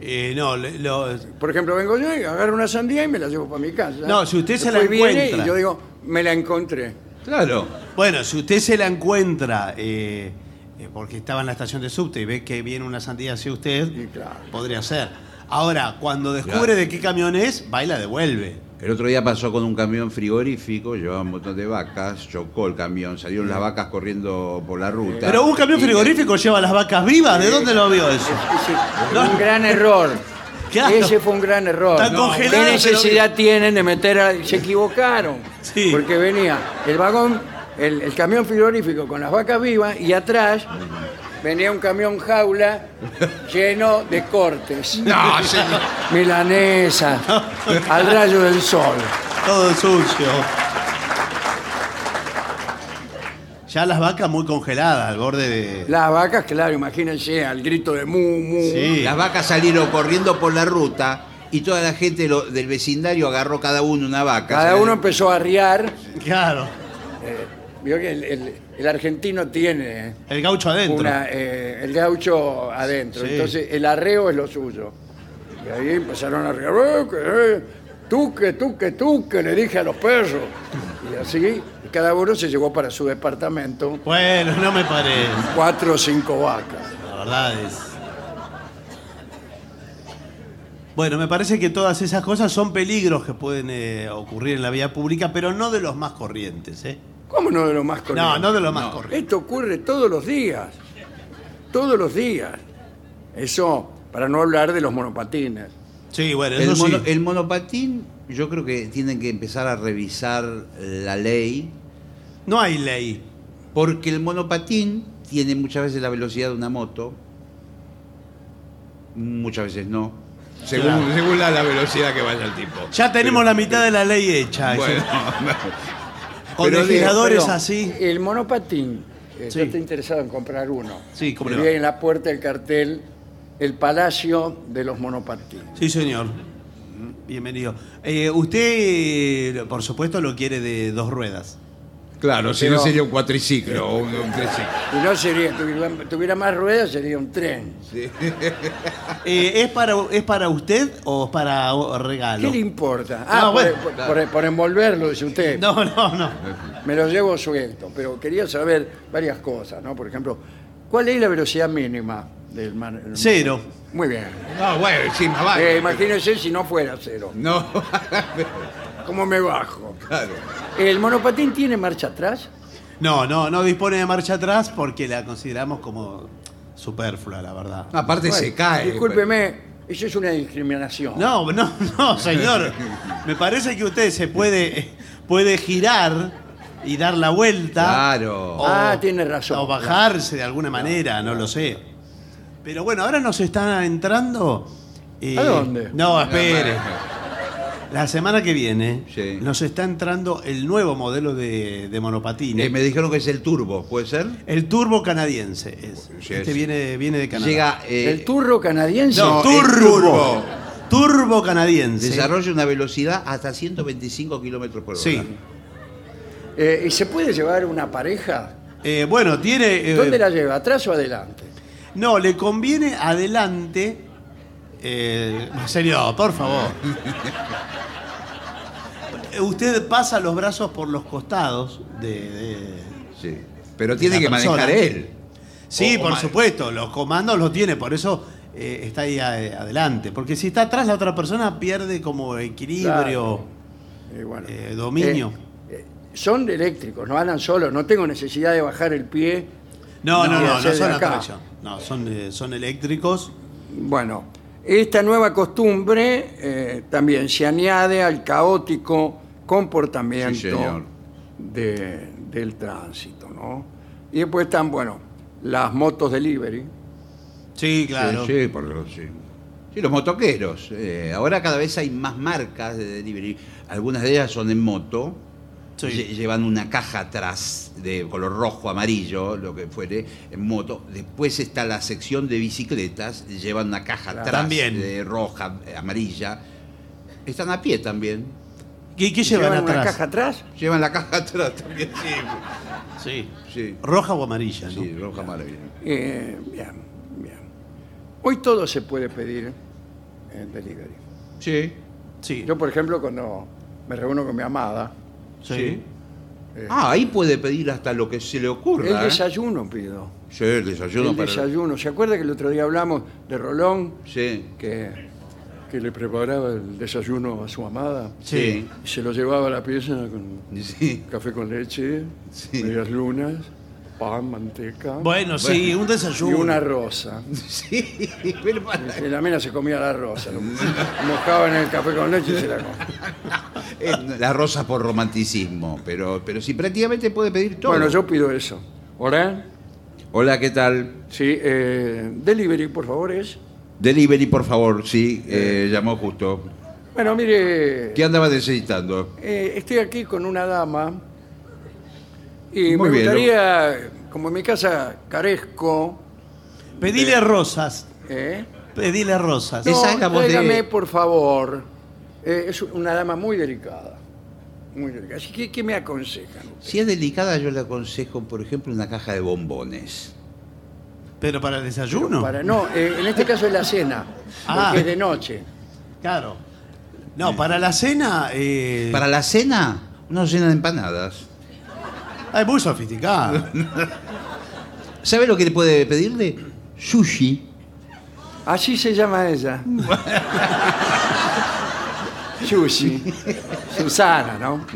Eh, no, le- lo-
Por ejemplo, vengo yo y agarro una sandía y me la llevo para mi casa.
No, si usted se la
Después viene
encuentra.
Y yo digo, me la encontré.
Claro.
bueno, si usted se la encuentra eh, eh, porque estaba en la estación de subte y ve que viene una sandía hacia usted,
Y claro.
podría ser. Ahora, cuando descubre
Claro.
de qué camión es, va y la devuelve.
El otro día pasó con un camión frigorífico, llevaba un montón de vacas, chocó el camión, salieron las vacas corriendo por la ruta.
Pero un camión
Y-
frigorífico lleva las vacas vivas, ¿de dónde lo vio eso?
Ese
No.
fue un gran error.
Claro.
Ese fue un gran error.
Está congelado,
¿Qué necesidad tienen de meter a... Se equivocaron.
Sí.
Porque venía el vagón, el, el camión frigorífico con las vacas vivas y atrás venía un camión jaula lleno de cortes.
No, señor.
Milanesa, al rayo del sol.
Todo sucio. Ya las vacas muy congeladas, al borde de...
Las vacas, claro, imagínense, al grito de mu, mu.
Sí.
Las vacas salieron corriendo por la ruta y toda la gente lo- del vecindario agarró cada uno una vaca.
Cada
Se-
uno empezó a arriar.
Claro,
Vio que el, el- el argentino tiene
el gaucho adentro.
una, eh, el gaucho adentro.
Sí.
Entonces, el arreo es lo suyo. Y ahí empezaron a arriar. "Eh, que, eh, tú que, tú que, tú que, le dije a los perros. Y así, cada uno se llevó para su departamento
Bueno, no me parece.
cuatro o cinco vacas.
La verdad es. Bueno, me parece que todas esas cosas son peligros que pueden eh, ocurrir en la vía pública, pero no de los más corrientes, ¿eh?
¿Cómo no de lo más
No,
corriente?
no de los más corrientes.
Esto ocurre todos los días. Todos los días. Eso, para no hablar de los monopatines.
Sí, bueno,
El,
eso sí.
mono- el monopatín, yo creo que tienen que empezar a revisar la ley
No hay ley.
Porque el monopatín tiene muchas veces la velocidad de una moto, muchas veces no.
Según,
Claro.
según la, la velocidad que vaya el tipo.
Ya tenemos la mitad de la ley hecha.
Bueno,
Con
pero digo,
legisladores
Perdón,
así.
El monopatín, eh,
Sí.
yo estoy interesado en comprar uno.
Sí, cómo
Y
no.
vi en la puerta el cartel, el Palacio de los Monopatines.
Sí, señor. Bienvenido. Eh, usted, por supuesto, lo quiere de dos ruedas.
claro, si no
Pero-
sería un cuatriciclo o un, un triciclo.
Y no sería, tuviera, tuviera más ruedas, sería un tren.
Eh, ¿es, para, ¿Es para usted o es para o-
¿Qué
regalo?
le importa? Ah,
No,
por-
bueno,
por, por- por envolverlo, dice usted.
No, no, no.
Me lo llevo suelto, pero quería saber varias cosas, ¿no? Por ejemplo, ¿cuál es la velocidad mínima del mar? el-
Cero. Ah,
Muy bien.
No, bueno, encima va.
Eh, imagínense si no fuera cero.
No,
¿Cómo me bajo?
claro.
¿El monopatín tiene marcha atrás?
No, no, no dispone de marcha atrás porque la consideramos como superflua, la verdad.
Ah.
Aparte se
Bueno,
cae.
Discúlpeme, eso es una discriminación.
No, no, no, señor. Me parece que usted se puede, puede girar y dar la vuelta.
Claro.
Ah, tiene razón.
O bajarse de alguna manera, no lo sé. Pero bueno, ahora nos están entrando. eh,
¿A dónde?
No, espere. La semana que viene
Sí.
nos está entrando el nuevo modelo de, de
Eh,
monopatín.
me dijeron que es el turbo, ¿puede ser?
El turbo canadiense. es.
Sí,
este
sí.
viene, viene de Canadá.
Llega. eh,
¿El turro canadiense?
No,
No,
turbo.
el
turbo.
turbo.
canadiense.
Desarrolla una velocidad hasta 125 kilómetros por hora.
Sí.
Eh, ¿Y se puede llevar una pareja?
Eh, bueno, tiene. eh,
¿Dónde la lleva? ¿Atrás o adelante?
No, le conviene adelante. eh, en serio, por favor. Usted pasa los brazos por los costados de. de-
Sí. Pero tiene
La
que
persona.
manejar él.
Sí,
Oh,
O- o
por
ma-
supuesto, los comandos los tiene, por eso eh, está ahí eh, adelante. Porque si está atrás, la otra persona pierde como equilibrio,
Eh, bueno. eh,
eh, dominio.
Son eléctricos, no andan solos, no tengo necesidad de bajar el pie.
no, no,
y
no, no,
hacer de
son
acá.
atracción. No, son, eh, son eléctricos.
Bueno, esta nueva costumbre eh, también se añade al caótico comportamiento
Sí, señor.
de- del tránsito, ¿no? Y después están, bueno, las motos delivery.
Sí, claro.
Sí, sí, por lo- sí. Sí, los motoqueros. eh, ahora cada vez hay más marcas de delivery. Algunas de ellas son en moto.
Sí.
Lle- Llevan una caja atrás de color rojo, amarillo, lo que fuere, en moto. Después está la sección de bicicletas. Llevan una caja atrás
También.
de roja, eh, amarilla. Están a pie también.
¿Qué, qué llevan,
una
atrás?
caja atrás?
Llevan la caja atrás también, sí.
Sí.
Sí,
Roja o amarilla, ¿no?
sí roja maravilla.
Eh, bien, bien. Hoy todo se puede pedir en delivery.
Sí.
Sí.
Yo, por ejemplo, cuando me reúno con mi amada,
Sí.
Ah, ahí puede pedir hasta lo que se le
el
ocurra. ¿eh?
desayuno pido.
Sí, el desayuno.
el
para-
desayuno. ¿Se acuerda que el otro día hablamos de Rolón?
Sí.
que, que le preparaba el desayuno a su amada.
Sí.
Sí.
y Se lo llevaba a la pieza con
Sí.
café con leche,
Sí.
medias lunas, pan, manteca
Bueno, sí, un
y
desayuno.
una rosa.
Sí, pero para-
Y La mina se comía la rosa, lo mojaba en el café con leche y se la comía.
eh, la rosa por romanticismo, pero, pero sí, prácticamente puede pedir todo.
Bueno, yo pido eso. ¿Hola?
Hola, ¿qué tal?
Sí, eh, delivery, por favor, es.
Delivery, por favor, sí, eh, llamó justo.
Bueno, mire,
¿Qué andaba necesitando?
eh, estoy aquí con una dama y
Muy
me
bien, lo-
gustaría, como en mi casa carezco,
Pedile rosas.
¿eh?
Pedile rosas.
No. Esa es la voz de-
tráigame, por favor. Eh, es una dama muy delicada. Muy delicada. Así que, ¿qué me aconsejan?
Si es delicada, yo le aconsejo, por ejemplo, una caja de bombones.
Pero para el desayuno.
Para, no, eh, en este caso es la cena,
Ah.
porque es de noche.
Claro. No, para la cena. eh,
Para la cena, una cena de empanadas.
ah, Es muy sofisticado.
¿Sabe lo que le puede pedirle? Sushi.
Así se llama ella. Sushi. Susana, ¿no?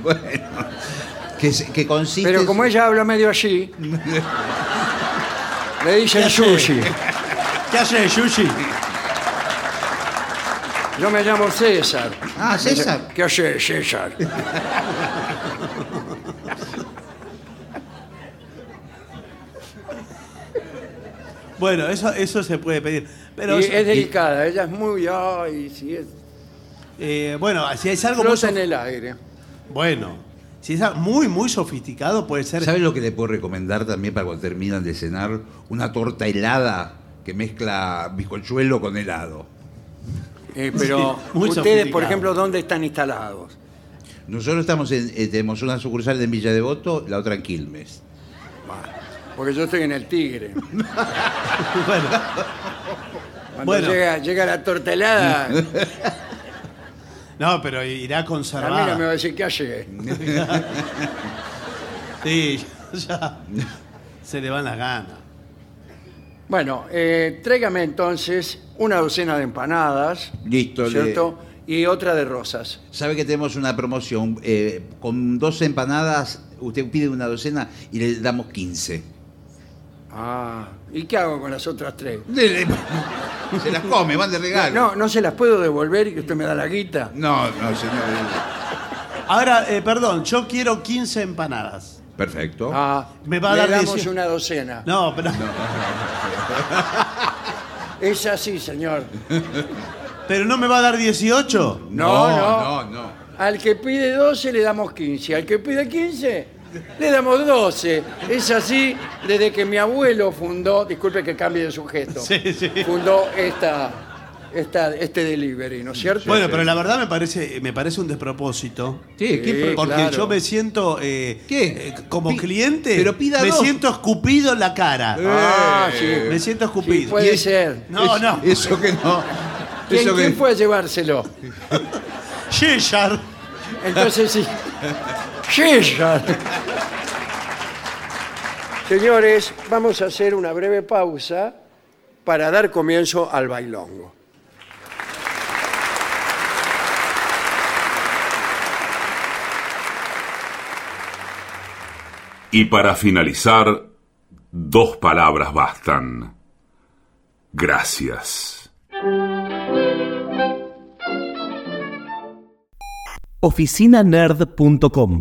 Que, se- que consiste.
Pero como ella habla medio así, le dicen
Ya sé.
sushi.
¿Qué hace, Yushi?
Yo me llamo César.
Ah, César.
¿Qué hace César?
Bueno, eso, eso se puede pedir. Pero
y
eso-
es delicada, ella es muy... Ay, sí, es,
eh, bueno, si es algo muy
flota en
sof-
el aire.
bueno, si es algo muy muy sofisticado puede ser
¿Sabes lo que le puedo recomendar también para cuando terminan de cenar? Una torta helada que mezcla bizcochuelo con helado.
Eh, pero
Sí, muy
ustedes, por
sofisticado.
ejemplo, ¿dónde están instalados?
Nosotros estamos en, eh, tenemos una sucursal en Villa Devoto, la otra en Quilmes.
Porque yo estoy en el Tigre.
bueno,
Cuando
Bueno.
llega, llega la tortelada, la
no, pero irá conservada.
mina me va a decir que llegué.
Sí, ya se le van las ganas.
Bueno, eh, tráigame entonces una docena de empanadas,
Listo, le-
¿cierto? Y otra de rosas.
Sabe que tenemos una promoción. eh, con dos empanadas, usted pide una docena y le damos 15.
Ah, ¿y qué hago con las otras tres?
Le- le- se las come, van de regalo.
No, no se las puedo devolver y usted me da la guita.
No, no, señor.
Ahora, eh, perdón, yo quiero 15 empanadas.
Perfecto.
Ah,
Me va a
le
dar
damos
18.
una docena.
No, pero,
Es así, señor.
pero no me va a dar 18.
No, no.
no, no.
Al que pide 12 le damos 15. Al que pide 15 le damos 12. Es así desde que mi abuelo fundó, disculpe que cambie de sujeto,
Sí, sí.
fundó esta, esta, este delivery, ¿no es cierto?
Bueno, pero la verdad me parece, me parece un despropósito.
Sí, ¿qué
Sí,
pro-
Porque
claro.
yo me siento eh,
¿Qué?
eh, como
Pi-
cliente,
pero pida
me
dos. Eh,
siento escupido en la cara.
Ah, sí.
Me siento escupido.
Sí, puede
Y-
ser.
No,
Es-
no.
Eso que no.
¿Quién,
eso que-
quién fue a llevárselo?
Gillar.
Entonces sí. Gillian. Señores, vamos a hacer una breve pausa para dar comienzo al bailongo.
Y para finalizar, dos palabras bastan. Gracias.
oficinanerd.com.